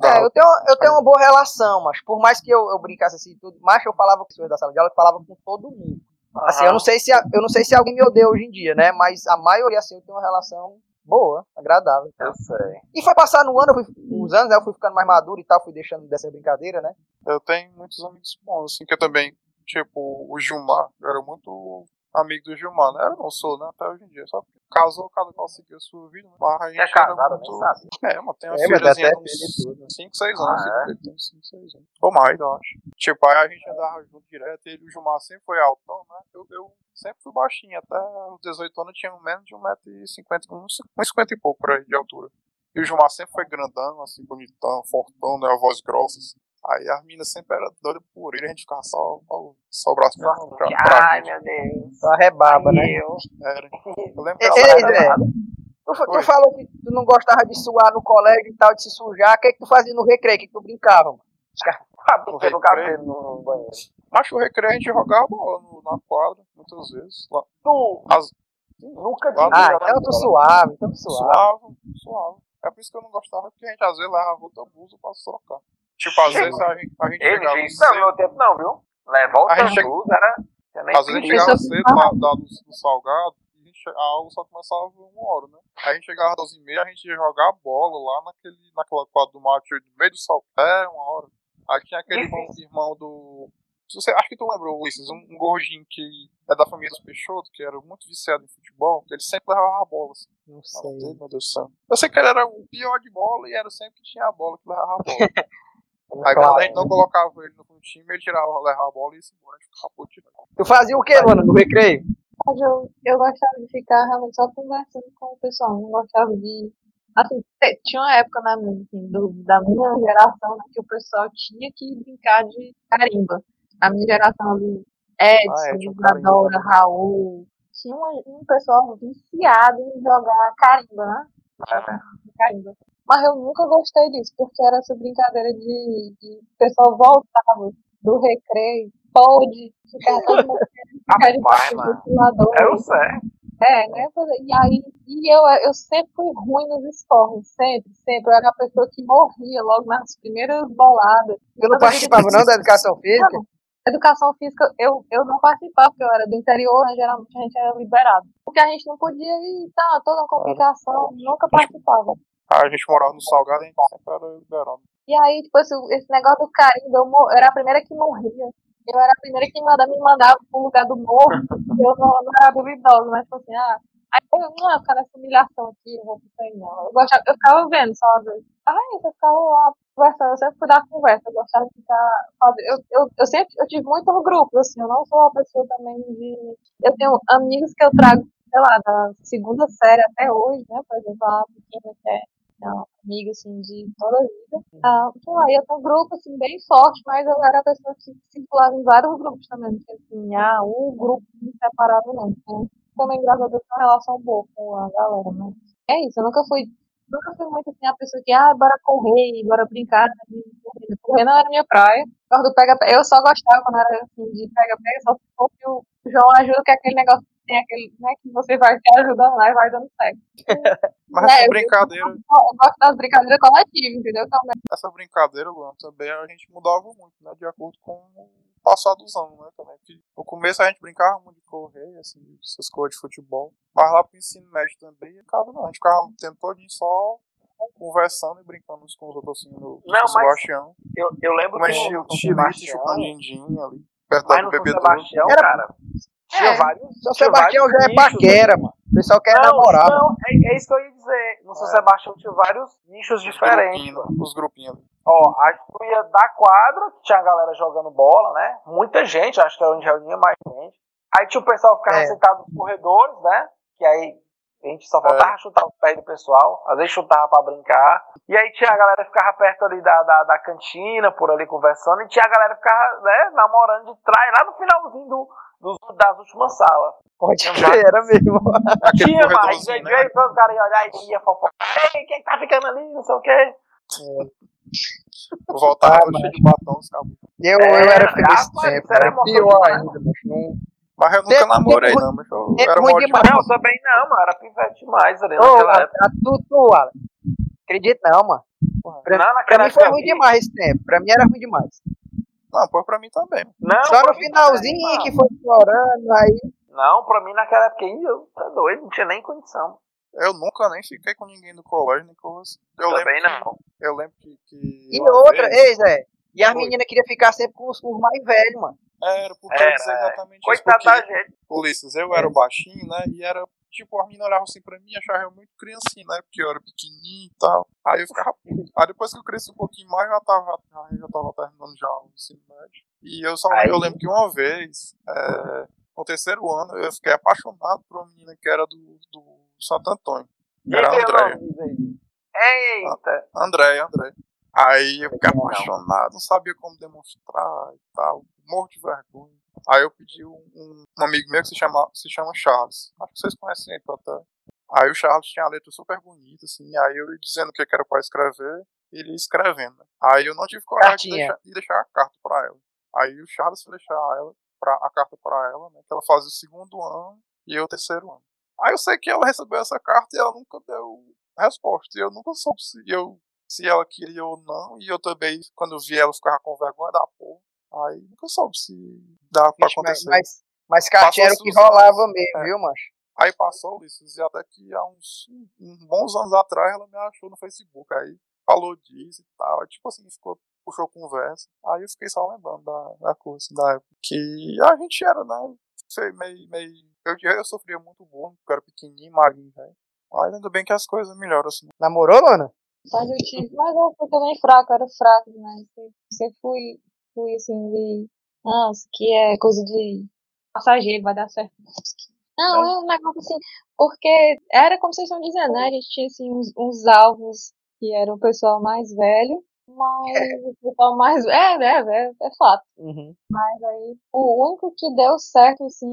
da- É, eu tenho, eu tenho uma boa relação, macho. Por mais que eu, eu brincasse assim e tudo, macho, eu falava com as pessoas da sala de aula, eu falava com todo mundo. Ah, Assim, eu não sei se a- eu não sei se alguém me odeia hoje em dia, né? Mas a maioria assim eu tenho uma relação boa, agradável. Eu sei. E foi passar no ano, eu fui- os anos, né, eu fui ficando mais maduro e tal, fui deixando dessa brincadeira, né? Eu tenho muitos amigos bons, assim, que eu também, tipo, o Gilmar, eu era muito amigo do Gilmar, né? Eu não sou, né? Até hoje em dia, só que casou, cada qual seguiu a sua vida, mas a gente É era casado, nem muito... sabe. É, mas tem uma É, mas dá filhazinha até de filho e tudo, né? é? uns 5, 6 anos, Ah, filho dele tem 5, 6 anos. Ou mais, eu acho. Tipo, aí a gente andava junto direto, ele, o Gilmar sempre foi altão, né? Eu, eu sempre fui baixinho, até os 18 anos eu tinha menos de 1,50m, 1,50 e pouco por aí de altura. E o Gilmar sempre foi grandão, assim, bonitão, fortão, né? A voz grossa, assim. Aí as meninas sempre eram doidas por ele, a gente ficava só, só, só o braço mesmo pra, pra Ai, gente. meu Deus. Só rebaba, né? E eu. Era. Eu lembro dela Ei, ei, era- André, tu, fa- tu Oi. falou que tu não gostava de suar no colégio e tal, de se sujar. O que, é que tu fazia no recreio? O que, que tu brincava? Mano? Pelo recreio. cabelo no banheiro. Macho recreio a gente jogava bola no- na quadra, muitas vezes. Lá, Tu as, nunca Ah, Ah, jogado então tu bola. suave, então tu suave. suava, suava. É por isso que eu não gostava, porque a gente às vezes levava outra blusa pra se trocar. Tipo, às vezes a gente, a gente Ele chegava disse, não, no cedo, meu tempo não, viu? Levar o um A gente chega- tambor, era... tinha nem às vezes a gente perigo. chegava cedo lá, da, do, do salgado, e a, gente, che- a aula só começava uma hora, né? Aí a gente chegava às 12 e meia, a gente ia jogar bola lá naquele, naquela quadra do mate, no meio do salto, é uma hora. Aí tinha aquele irmão, irmão do. se Você, acho que tu lembrou, Ulisses, um, um gordinho que é da família dos Peixoto, que era muito viciado em futebol, ele sempre levava a bola, assim. Não Não, não sei. tem, meu Deus do céu. Eu sei que ele era o pior de bola e era sempre que tinha a bola que levava a bola. Aí quando a gente então. não colocava ele no time, ele tirava, levava a bola e se embora, a gente ficava puto. Tu fazia o que, mano, no recreio? Mas eu, eu gostava de ficar realmente só conversando com o pessoal, não gostava de. Assim, te- tinha uma época na minha, assim, do- da minha geração né, que o pessoal tinha que brincar de carimba. A minha geração ali, Ah, é, Edson, tinha carimba Isadora, também. Raul, tinha uma- um pessoal viciado em jogar carimba, né? de carimba. Mas eu nunca gostei disso, porque era essa brincadeira de, de o pessoal voltava do recreio, pode ficar todo mundo querendo ficar de Rapaz, frente mano. pro ventilador. um Era é o certo. É, né? E aí, e eu, eu sempre fui ruim nos esportes, sempre, sempre. Eu era a pessoa que morria logo nas primeiras boladas. Tu não Toda vez que participava não da educação física? não, educação física eu, eu não participava, porque eu era do interior, né? Geralmente a gente era liberado. Porque a gente não podia ir, tá, toda uma complicação, nunca participava. Ah, a gente morava no Salgado, a gente sempre era liberado. E aí, tipo, esse, esse negócio do carimbo, eu, mo- eu era a primeira que morria. Eu era a primeira que mandava, me mandava pro lugar do morro, porque eu não, não era duvidosa, mas tipo assim, ah, aí eu, não, ficar nessa humilhação aqui, não vou pra isso aí não. Eu, gostava, eu ficava vendo só, às vezes. Ah, isso, eu ficava lá conversando, eu sempre fui dar conversa, eu gostava de ficar fazendo. Eu, eu, eu sempre, eu tive muito no grupo, assim, eu não sou uma pessoa também de. Eu tenho amigos que eu trago, sei lá, da segunda série até hoje, né, por exemplo, a pequena que é uma amiga, assim, de toda a vida. Ah, sei lá, ia ter um grupo, assim, bem forte, mas eu era a pessoa que circulava em vários grupos também, não tinha, assim, ah, um grupo me separava, não. Então, também, graças a Deus, tem uma relação boa com a galera, mas é isso, eu nunca fui, nunca fui muito, assim, a pessoa que, ah, bora correr, bora brincar, né, de corrida. Correr não era minha praia, gosto do pega-pega, eu só gostava quando era, assim, de pega-pega, só se for que o João ajuda, que é aquele negócio que tem aquele, né, que você vai te ajudando lá e vai dando certo. Mas É, essa eu- brincadeira, Eu gosto das brincadeiras coletivas, entendeu? Também. essa brincadeira, Luan, também a gente mudava muito, né? De acordo com o passar dos anos, né? Também. Porque no começo a gente brincava muito de correr, assim, essas coisas de futebol. Mas lá pro ensino médio também, ficava, não. A gente ficava o tempo todinho só conversando e brincando uns com os outros, assim, no, no Não, mas- Sebastião. Eu, eu lembro Mas que tinha no o São Tirito Sebastião, chupando din-din ali, perto mas da no São bebedouro. Sebastião, Era- cara, tinha É. vários, São tinha Sebastião já vários é nichos, paquera, mano. O pessoal quer Não, namorar, mano. não, é, é isso que eu ia dizer. No São É. Sebastião tinha vários nichos Os diferentes. grupinhos, né? Os grupinhos ali. Ó, a tu ia da quadra, que tinha a galera jogando bola, né? Muita gente, acho que era onde reunia mais gente. Aí tinha o pessoal que ficava É. sentado nos corredores, né? Que aí a gente só faltava chutar os pés do pessoal, às vezes chutava pra brincar. E aí tinha a galera que ficava perto ali da, da, da cantina, por ali conversando, e tinha a galera que ficava, né, namorando de trás, lá no finalzinho do. dos, das últimas salas. Pode crer, era mesmo. Aquele Tinha mais, é corredorzinho, de né? vez em quando o cara ia olhar e ia fofocar. Ei, quem tá ficando ali, não sei o quê. Voltava Ah, cheio de batom, os cabos. Eu, É, eu era feliz rapaz, sempre. isso era Era emoção pior demais, ainda, mas não. Mas eu Tempo- nunca namorei, tempo não, mas eu tempo era ruim mó de demais. Não, eu também não, mano. Era pivete demais ali Ô, naquela a, época. a, tu, tu, Alan. Acredito não, mano. Pra, Não, naquela pra mim época foi eu ruim vi. demais esse tempo. Pra mim era ruim demais. Não, pô, pra mim também. Não, Só pra no mim também, finalzinho mano. que foi chorando, aí. Não, pra mim naquela época aí, eu tá doido, não tinha nem condição. Eu nunca nem fiquei com ninguém no colégio, nem com você. Eu lembro, Também não. eu lembro que. que E uma outra, vez- ei, Zé. E as Oi. meninas queriam ficar sempre com os, com os mais velhos, mano. Era, porque eu disse exatamente isso. Coitado da Porque, gente. Ulisses, eu era o baixinho, né? E era, tipo, as meninas olhavam assim pra mim e achavam eu muito criancinha, né? Porque eu era pequenininho e tal. Aí eu ficava puto. Aí depois que eu cresci um pouquinho mais, eu já tava, aí já tava terminando já o ensino médio. E eu só Aí. eu lembro que uma vez, é, no terceiro ano, eu fiquei apaixonado por uma menina que era do, do Santo Antônio. Era a Diz aí o Andréia. nome, diz aí. Eita. André, André. Aí eu fiquei Não. apaixonado, não sabia como demonstrar e tal, morro de vergonha. Aí eu pedi um, um- um amigo meu que se chama, se chama Charles. Acho que vocês conhecem ele até. Aí o Charles tinha a letra super bonita, assim, aí eu dizendo o que que era pra escrever, ele escrevendo. né? Aí eu não tive coragem de Cartinha. deixar, de deixar a carta pra ela. Aí o Charles foi deixar ela, pra, a carta pra ela, né? Que ela fazia o segundo ano e eu o terceiro ano. Aí eu sei que ela recebeu essa carta e ela nunca deu resposta. E eu nunca soube se eu se ela queria ou não, e eu também, quando eu vi ela, eu ficava com vergonha da porra. Aí nunca soube se dava pra Vixe, mas, acontecer. mas, mas cartinha era o Passou-se que os anos. rolava mesmo, É. viu, macho? Aí passou, Ulisses, e até que há uns, uns bons anos atrás ela me achou no Facebook, aí falou disso e tal, aí, tipo assim, ficou, puxou conversa. Aí eu fiquei só lembrando da, da coisa, assim, da época, que a gente era, né, sei, meio, meio... Eu, eu sofria muito bullying, porque eu era pequenininho, magrinho, velho. Mas ainda bem que as coisas melhoram, assim. Namorou, Lona? Mas eu tive. Mas eu fui também fraco, eu era fraco demais. Eu Sempre fui, fui assim, de. Ah, isso aqui é coisa de passageiro, vai dar certo. Não, é um negócio assim. Porque era como vocês estão dizendo, né? A gente tinha assim, uns, uns alvos que eram o pessoal mais velho, mas o pessoal mais. É, né? velho, É fato. Uhum. Mas aí, o único que deu certo, assim,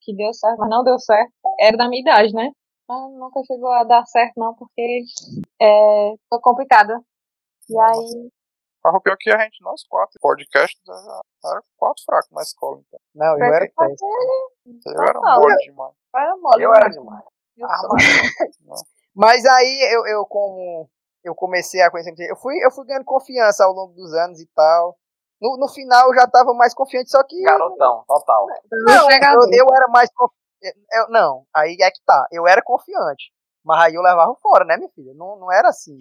que deu certo, mas não deu certo, era da minha idade, né? Mas nunca chegou a dar certo, não, porque é, tô complicada. E aí, Mas o pior é que a gente, nós quatro, podcast, né, era quatro fracos na escola, então. Não, eu era pra péssimo. Ah, Eu era Total. mole demais. era mole. Eu era demais. né? Eu Ah, sou. Mas aí eu, eu como eu comecei a conhecer, eu fui, eu fui ganhando confiança ao longo dos anos e tal. No, no final eu já tava mais confiante, só que Garotão, total. não, Chega eu, a ver. eu era mais confiante. não, aí é que tá. Eu era confiante. Mas aí eu levava fora, né, minha filha? Não, não era assim.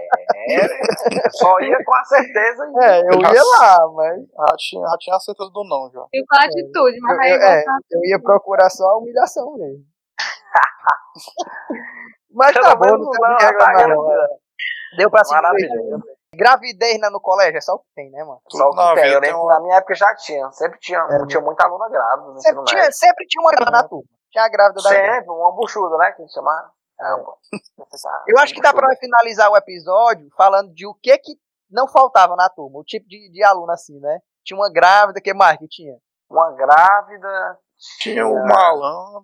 É, só ia com a certeza e É, eu ia lá, mas Já Ah, tinha, já tinha a certeza do não, já. Eu com a atitude, mas eu, aí eu- é, voltava. eu ia procurar só a humilhação mesmo. Mas pelo tá bom, menos não não, tem já tá regra não. garantida. Deu pra se divertir. Maravilhoso. Gravidez na- no colégio é só o que tem, né, mano? Tudo Só o na que tem. vida Eu tem um lembro que uma- na minha época já tinha. Sempre tinha, É. tinha muita aluna grávida no ensino Sempre tinha, Uhum. médio. sempre tinha uma grávida na turma. Tinha a grávida da gente. Sempre, uma buchuda, né? Que chamava. Ah, pô. Eu acho que dá pra finalizar o episódio falando de o que que não faltava na turma. O tipo de, de aluno assim, né? Tinha uma grávida, que mais que tinha? Uma grávida. é, Tinha Ah. o malandro.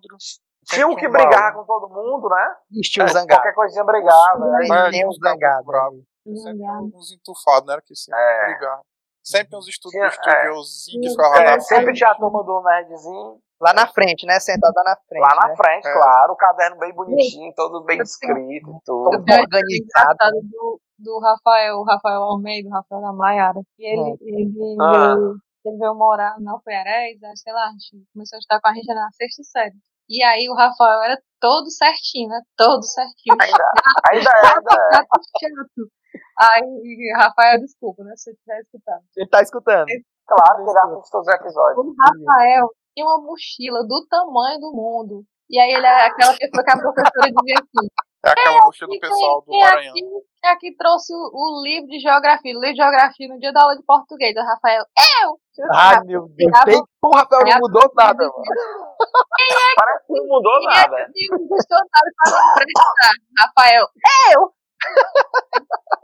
Tinha um Tinha que um brigava com maluco. todo mundo, né? Ixi, o É, um zangado. um qualquer coisinha brigava. né? Mas Tem tinha uns uns cabos zangados. bravos. Não é Sempre dá. tinha uns entufados, né? Era que sempre Uhum. É. brigavam. Sempre uns estu- Tinha- é. estudiosinhos que Sim. ficavam É, na sempre frente. tinha a turma do nerdzinho Lá na frente, né? Sentado lá na frente. lá na né? frente, É. claro. O caderno bem bonitinho, todo bem Eu tenho- escrito e Todo tudo. Eu tenho uma história organizado. engraçada do, do Rafael, o Rafael Almeida, o Rafael da Maiara. E ele, Hum. ele, Ah. veio, ele veio morar no Alferés, acho sei lá, a gente começou a estudar com a gente na sexta série. E aí o Rafael era todo certinho, né? Todo certinho. Ainda, ainda é, ainda é. Chato, chato. Aí, Rafael, desculpa, né? Se eu tiver escutado. Ele tá escutando. Claro que ele assiste todos os episódios. O Rafael tinha uma mochila do tamanho do mundo. E aí ele é aquela pessoa que a professora dizia assim, É aquela mochila do E pessoal do é quem Maranhão. aqui, quem aqui trouxe o, o livro de geografia? O livro de geografia no dia da aula de português, do Rafael. Eu! Ai, meu Deus. Tem... O Rafael não mudou nada, mano. Parece que não mudou Quem é nada. que não gostou nada para emprestar? Rafael. Eu!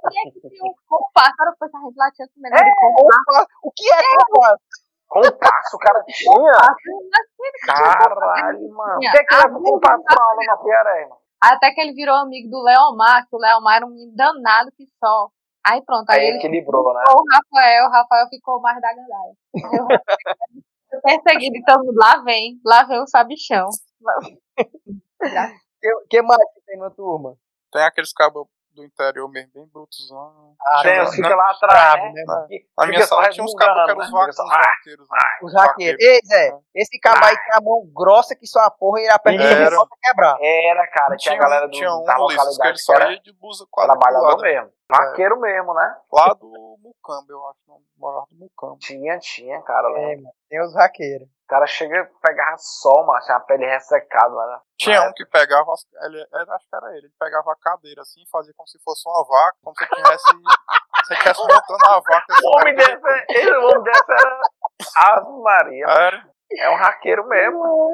Quem é que tinha um compasso? Era pra gente lá tinha esse negócio de Opa, o que é compasso? Compasso, o cara tinha? Caralho, mano. O que é que leva o compasso pra aula na Piarema? Até que ele virou amigo do Leomar, que o Leomar era um menino danado que só. Aí pronto, aí Aí ele equilibrou, né? ficou o Rafael, o Rafael ficou mais da gandaia. Aí o Rafael foi Perseguido, então lá vem, lá vem o sabichão. O que mais que tem na turma? Tem aqueles cabos do interior mesmo, bem brutosão. Ah, Tem, Tinha um não, uns- fica na- lá atrás, sabe, né? né, mano? Que- Na minha fica só sala tinha uns cabos que eram os resmungando, né? vacos, Fica só, ah, os vaqueiros. né? Os Tá, raqueiros. Ei, Zé, esse cabo aí tem a mão grossa que só a porra irá apertar Era. e só pra quebrar. Era, cara, tinha, Tinha, a galera um- do, tinha um da Ulisses que ele localidade que só era ia de blusa trabalhador quadriculada. mesmo. Vaqueiro mesmo, né? Lá do Mucamba, eu acho. Não, morava do Mucamba. Tinha, tinha, cara. lá. É, mano, tem os raqueiros. O cara chega e pegava sol, macho, a pele ressecada, né? Tinha um que pegava, as- ele, era, acho que era ele, ele pegava a cadeira assim, fazia como se fosse uma vaca, como se tivesse, se tivesse montando a vaca. assim, O homem cara, desse, ele, o homem desse era Ave Maria, mano. Era, é um raqueiro mesmo.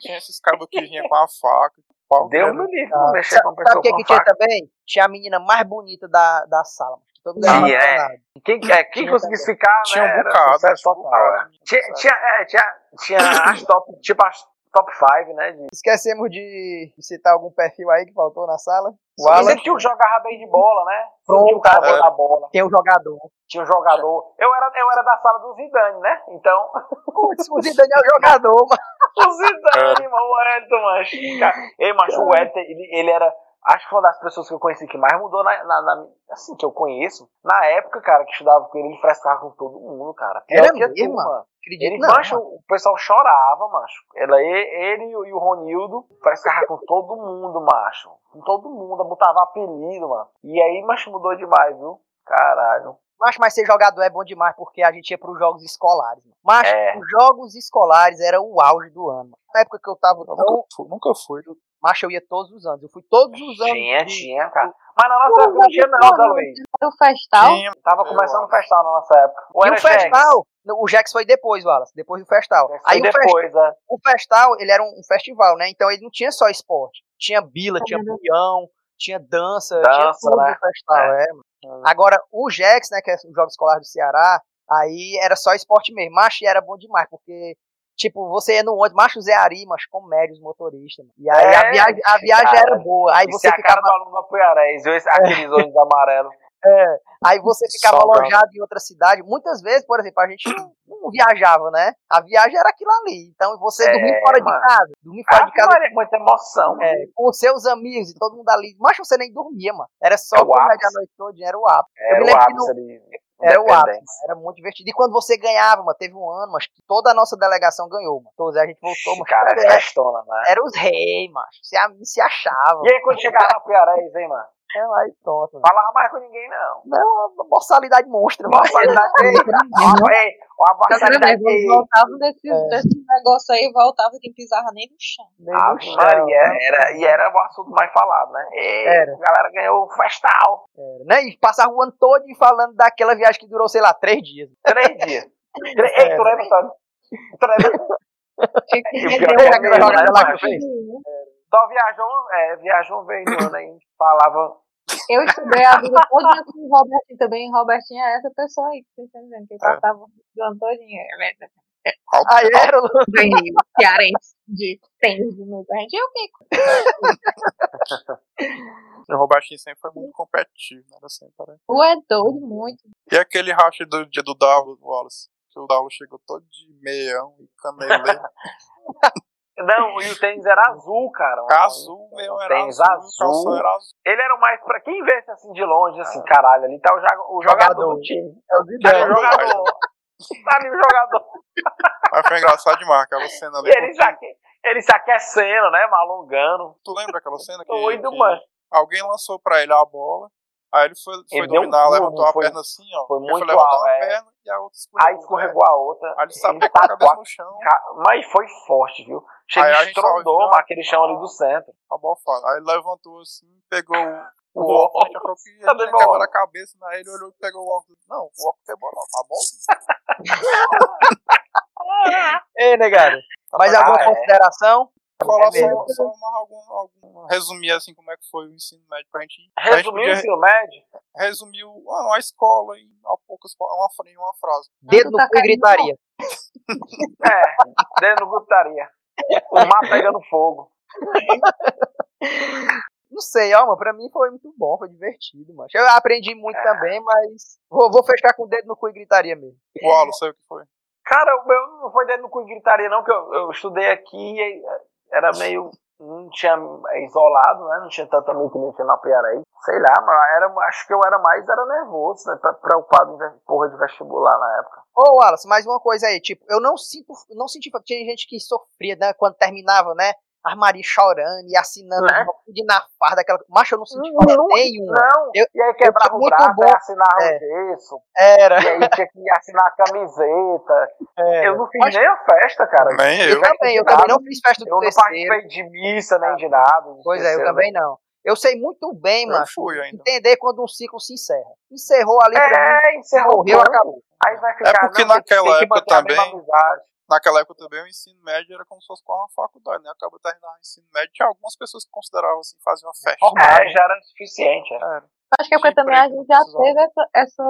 tinha esses cabos que vinha com a faca. pau Deu grande. me livre um pra mexer com uma Sabe pessoa o que, com que uma tinha faca. também? Tinha a menina mais bonita da, da sala. mano, Que todo mundo Tinha, é. era Quem, é, quem Tinha conseguisse ficar, Tinha né, um era bocado, sucesso tinha um total, bocado, é. tinha um Tinha, bocado. tinha, é, tinha, tinha as top, tipo as top 5, né, de Esquecemos de de citar algum perfil aí que faltou na sala. O E Alan sempre tinha um que jogava bem de bola, né? Sempre tinha um Pronto, é. cara bom cara. da bola, tem o jogador. tinha um jogador. Eu era, eu era da sala do Zidane, né? Então, Putz, o Zidane é o jogador, mano. o É. Zidane, irmão, o Wellington, macho. Cara, Ei, macho, o Wellington, ele, ele era... Acho que foi uma das pessoas que eu conheci que mais mudou na, na- na- Assim, que eu conheço. Na época, cara, que estudava com ele, ele frescava com todo mundo, cara. Pior Era que a mesmo, turma. Acredito Ele, não. macho, mano. o pessoal chorava, macho. Ela, e- ele e o- e o Ronildo frescava com todo mundo, macho. Com todo mundo, botava apelido, mano. E aí, macho, mudou demais, viu? Caralho. Macho, mas ser jogador é bom demais porque a gente ia pros jogos escolares. Mano. Macho, É. os jogos escolares era o auge do ano. mano. Na época que eu tava Eu tão. nunca fui, nunca fui. Macho, eu ia todos os anos. Eu fui todos os anos. Tinha, de- tinha, cara. Mas na nossa época não tinha, não, Zé Luiz. Era o festal. Tinha, Tava eu começando acho. o festal na nossa época. Ou E um era o Jack? Festal, o Jax foi depois, Wallace, depois do Festal. Foi Aí o, fes- depois, né? o Festal, ele era um, um festival, né? Então ele não tinha só esporte. Tinha bila, tinha peão, tinha dança, tinha Dança, tudo né? no Festal, é. mano. Agora, o Jax, né, que é o Jogo Escolar do Ceará, aí era só esporte mesmo. Macho, e era bom demais, porque, tipo, você ia no ônibus, macho Zé Ari, macho comédia, os motoristas. mano. E aí É, a viagem, a viagem cara. era boa. Aí Isso você é a cara ficava do aluno do Apuiarés, viu? Esse- Aqueles olhos amarelos. é, aí você ficava Salgado. alojado em outra cidade. Muitas vezes, por exemplo, a gente não, não viajava, né? A viagem era aquilo ali. Então você É, dormia fora mano. de casa, dormia fora Ah, de casa Maria, muita emoção. né? é, com os seus amigos e todo mundo ali. Mas você nem dormia, mano. Era só É o comédia a ápice. noite toda, era o ápice. Eu Era me o lembro que ápice ali. Era o ápice, Independência. mano. Era muito divertido. E quando você ganhava, mano, teve um ano, mas que toda a nossa delegação ganhou, mano. Todos a gente voltou, mas Cara, é era, festona, né? era os reis, mano. Se, a- se achava. E aí, quando chegava na Piarés, hein, mano? Era mais tonto, mano. Falava mais com ninguém, não. Não, uma boçalidade monstra, mano. é Mortalidade Não. ei, Uma é, mortalidade Eles ei. voltavam desses, desses negócios aí, voltavam que não pisava nem no chão. Nem no Ave chão, Maria, né? era, e era o assunto mais falado, né? Ei, Era. a galera ganhou um o festal. né? E passar o ano todo falando daquela viagem que durou, sei lá, três dias. Três dias. Tre Ei, tu lembra, Tony? Tu lembra? Fica- E o Ele pior deu que uma é mesmo, jogada né, lá que macho? eu fiz. Só viajou, um- é, viajou um vez no ano aí. Falava. Eu estudei a vida toda com o Robertinho também. Robertinho é essa pessoa aí que vocês estão dizendo, que eu passava o ano todinho. é Alto, Aí era o Bem, cearense de tênis de novo. A gente, eu que O Robertinho um sempre foi muito competitivo, né? Era sempre, era- tu é doido muito. E aquele racha do dia do Davo, Wallace, que o Davo chegou todo de meião e caneleiro. Não, e o tênis era azul, cara. azul, meu, era Tênis azul, o calção azul. era azul. Ele era o mais. Pra quem vê assim de longe, assim, caralho, ali tá o, ja- o jogador do time. é o Tá ali o Zidane. jogador. Tá ali o jogador. Mas foi engraçado demais aquela cena ali. E ele se, aque... ele se aquecendo, né? Malongando. Tu lembra aquela cena que, Doido, que mano. alguém lançou pra ele a bola, aí ele foi, foi Ele deu um dominar, pulo, levantou a foi- perna assim, ó. foi ele muito foi levantar alto, uma é. perna e a outra escorregou. Aí escorregou a outra. Aí ele Ele sapecou a cabeça tacou no chão, a... ca- Mas foi forte, viu? Chega Aí a e gente só estrondou, viu a- mas aquele chão ali do centro. a bola fora. Aí ele levantou assim, pegou o- o O óculos, óculos. ele achou que ele Tá tinha doido, quebrado ó. a cabeça, né? Ele olhou e pegou o óculos. Não, o óculos quebrou não, tá bom? Ei, negado. Mais Ah, alguma é. consideração? Falar só, mesmo. só uma, algum, algum- resumir assim como é que foi o ensino médio pra gente. pra gente Resumiu o podia ensino médio? resumir o- ah, a escola em a poucas pa- uma, fra- em uma frase. Dedo no cu e gritaria. É, dentro do gritaria. O mar pegando fogo. Não sei, ó, mano, pra mim foi muito bom, foi divertido, mano. Eu aprendi É. muito também, mas vou, vou fechar com o dedo no cu e gritaria mesmo. É. O Alan, sei o que foi. Cara, o meu não foi dentro do cu e gritaria, não, que eu, eu estudei aqui e eh, era meio. Não tinha é, isolado, né? Não tinha tanta amigo que nem tinha na Piaraí. Sei lá, mas era, acho que eu era mais era nervoso, né? pre- Preocupado em ve- porra de vestibular na época. Ô, Wallace, mais uma coisa aí, tipo, eu não sinto, não senti que tinha gente que sofria, né, quando terminava, né, armaria chorando e assinando um Né? de na farda, aquela... Macho, eu não senti Não, falta não- nenhuma. Não! Eu- e aí quebrava eu o tinha muito braço, bom- aí assinava é. o gesso, Era. e aí tinha que assinar a camiseta. era. Eu não fiz É. Mas- nem a festa, cara. Nem Eu eu. também, eu também não fiz festa do Eu não terceiro. participei de missa nem de nada. de Pois é, eu terceiro, também não. Eu sei muito bem, mano, Eu fui ainda. entender quando um ciclo se encerra. Encerrou ali pra mim, É, encerrou. morreu, pronto. acabou. Aí vai ficar. É porque não, tem que- naquela tem que época manter a mesma também- amizade. Naquela época também o ensino médio era como se fosse quase uma faculdade, né? Acaba terminando o ensino médio. Tinha algumas pessoas que consideravam assim, fazer uma festa. Formado. É, já era suficiente. é. Era. Acho que é porque De também a emprego, gente já precisava. teve essa, essa,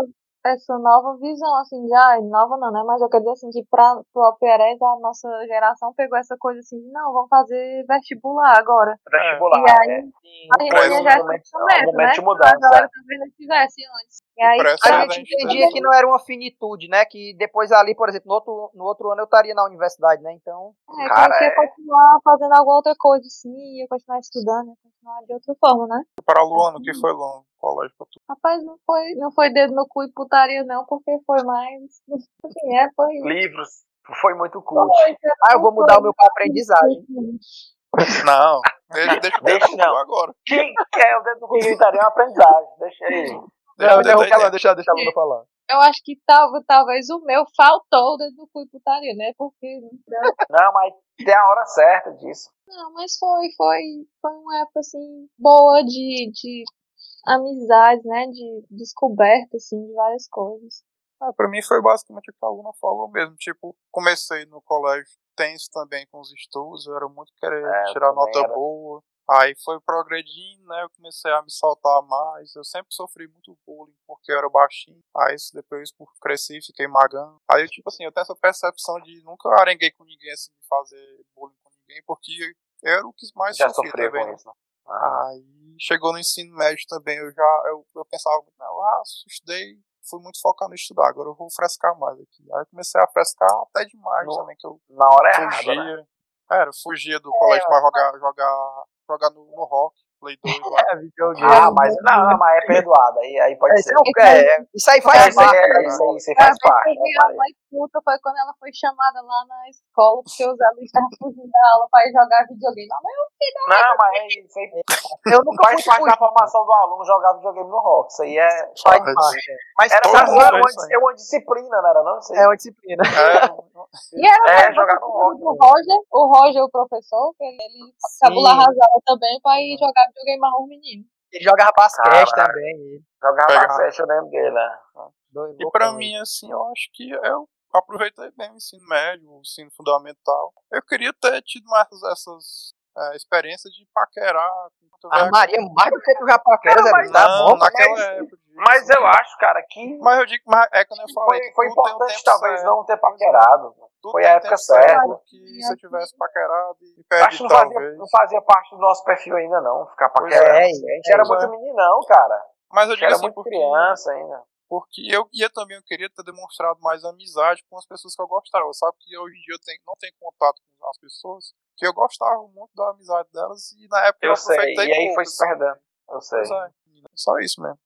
essa nova visão, assim, já, nova não, né? Mas eu quero dizer assim, que pra, pro Pérez, a nossa geração pegou essa coisa assim, de, não, vamos fazer vestibular agora. Vestibular. e aí, é. a gente Parece tinha um já essa momento- essa é um meta, momento né? de mudança, A galera talvez não tivesse antes. E aí, Parece A que gente entendia fez- que não era uma finitude, né? Que depois ali, por exemplo, no outro, no outro ano eu estaria na universidade, né? Então, É, Cara, que a gente ia é. continuar fazendo alguma outra coisa, sim, ia continuar estudando, ia continuar de outra forma, né? Para Luana, que foi Luana, no colégio pra tu. Rapaz, não foi, não foi dedo no cu e putaria, não, porque foi mais. Assim, é, foi. Livros. Foi muito cult. Foi, ah, eu vou mudar o meu pra aprendizagem. Não, deixa, deixa, Deixa Ah, deixa não. agora. Quem quer o dedo do gritaria é uma aprendizagem. Deixa aí. Deixa, deixa, deixa, deixa a Luna falar. Eu acho que tal, talvez o meu faltou o dedo no cu e putaria, né? Porque. Não, mas tem a hora certa disso. Não, mas foi, foi, foi uma época assim, boa de, de amizades, né? De descoberta, assim, de várias coisas. Ah, pra mim foi basicamente o que a aluna falou mesmo. Tipo, comecei no colégio tenso também com os estudos, eu era muito querer É, eu tirar também nota era. boa. Aí foi progredindo, né? Eu comecei a me saltar mais. Eu sempre sofri muito bullying porque eu era baixinho. Aí isso depois por cresci, fiquei magando. Aí eu, tipo assim, eu tenho essa percepção de nunca arenguei com ninguém assim, de fazer bullying com ninguém, porque eu era o que mais Já sofri sofreu também. com né? isso. né? Ah, Aí chegou no ensino médio também, eu já eu, eu pensava, não, ah, estudei, fui muito focado em estudar, agora eu vou frescar mais aqui. Aí eu comecei a frescar até demais No- também, que eu na hora errada. Né? fugia. Era, eu fugia do colégio pra jogar, jogar, jogar no, no rock, Play 2 lá. É, videogame. Ah, mas não, não, mas é perdoado. Aí, aí pode É, ser. isso, é um- é, isso aí É, faz isso aí, parte. é, né? isso aí, isso aí A faz vez que parte. eu né, vi a Maria? mais puta foi quando ela foi chamada lá na escola, porque os alunos estavam fugindo da aula pra ir jogar videogame. Ah, mas eu Não, mas é isso aí. Eu nunca Faz fui parte da fugir, formação do aluno jogar videogame no rock. Isso aí é. faz Mas- parte, é. Mas Era, Todo sabe, sabe, mundo era fez uma, isso aí. é uma disciplina, não era não? Isso aí. é uma disciplina. Era, E era É, pra- jogar no rock. o Roger, o Roger, o professor, que ele, ele cabula arrasada também pra ir Uhum. jogar videogame mais um menino. Ele jogava Caralho. basquete também. Jogava Pegava. basquete, eu lembro dele, né? dois E pra loucão, hein? mim, assim, eu acho que eu aproveitei bem o ensino médio, o ensino fundamental. Eu queria ter tido mais essas é, experiências de paquerar. com muita vergonha. A Ah, Maria, mais do que tu já paquera, Zé Cara, Luiz, mas- tá Não, bom? naquela mas- época. Mas eu acho, cara, que Mas eu digo, mas é como eu falei, foi, que foi tudo tem um importante tempo talvez certo, não ter paquerado. tudo foi tem a um época tempo certa. certo, Porque se eu tivesse paquerado e perdi, Acho que não fazia, É, talvez. não fazia parte do nosso perfil ainda, não, ficar Pois paquerando. é, a gente é, era é. muito meninão, cara. Mas A eu gente digo era assim, muito porque, criança ainda. porque eu ia também, eu queria ter demonstrado mais amizade com as pessoas que eu gostava. Sabe que hoje em dia eu tenho, não tenho contato com as pessoas, que eu gostava muito da amizade delas e na época eu, Eu sei, aproveitei e aí foi poucas. se perdendo. Eu sei. Pois é, só isso mesmo.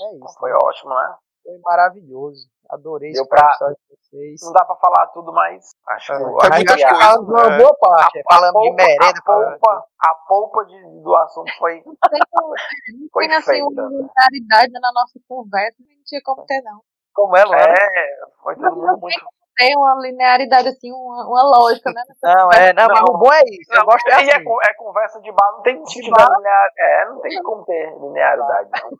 É isso. Foi ótimo, né? Foi maravilhoso. Adorei Deu esse pra... pra- de vocês. Não dá pra falar tudo, mas acho É, que foi acho Mas muita que acho a- que coisa, falamos uma é. boa parte. Falando né? de polpa- merenda, a falando polpa, a polpa de, do assunto foi, Tem um- Não foi tem assim feita. né? uma unidade na nossa conversa, não tinha como ter, não. como ela, né? É, foi todo Não, mundo não muito. Tem uma linearidade, assim, uma, uma lógica, né? Não, é, não, mas Não. o bom é isso. Eu Não, gosto é e é, assim. con- é conversa de bar, não tem se tiver linear, é, não tem como ter linearidade. não.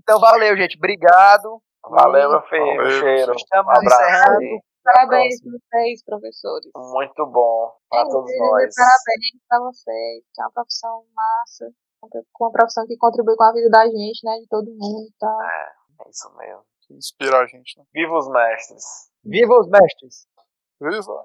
Então valeu, gente. Obrigado. Valeu, E meu filho. Valeu. Cheiro. Estamos Um abraço encerrando. aí. Parabéns pra vocês, professores. Muito bom para todos Inclusive, nós. Parabéns pra vocês, que é uma profissão massa, com uma profissão que contribui com a vida da gente, né? De todo mundo e tal. É isso mesmo. que inspira a gente, né? Viva os mestres. Viva os mestres! Viva!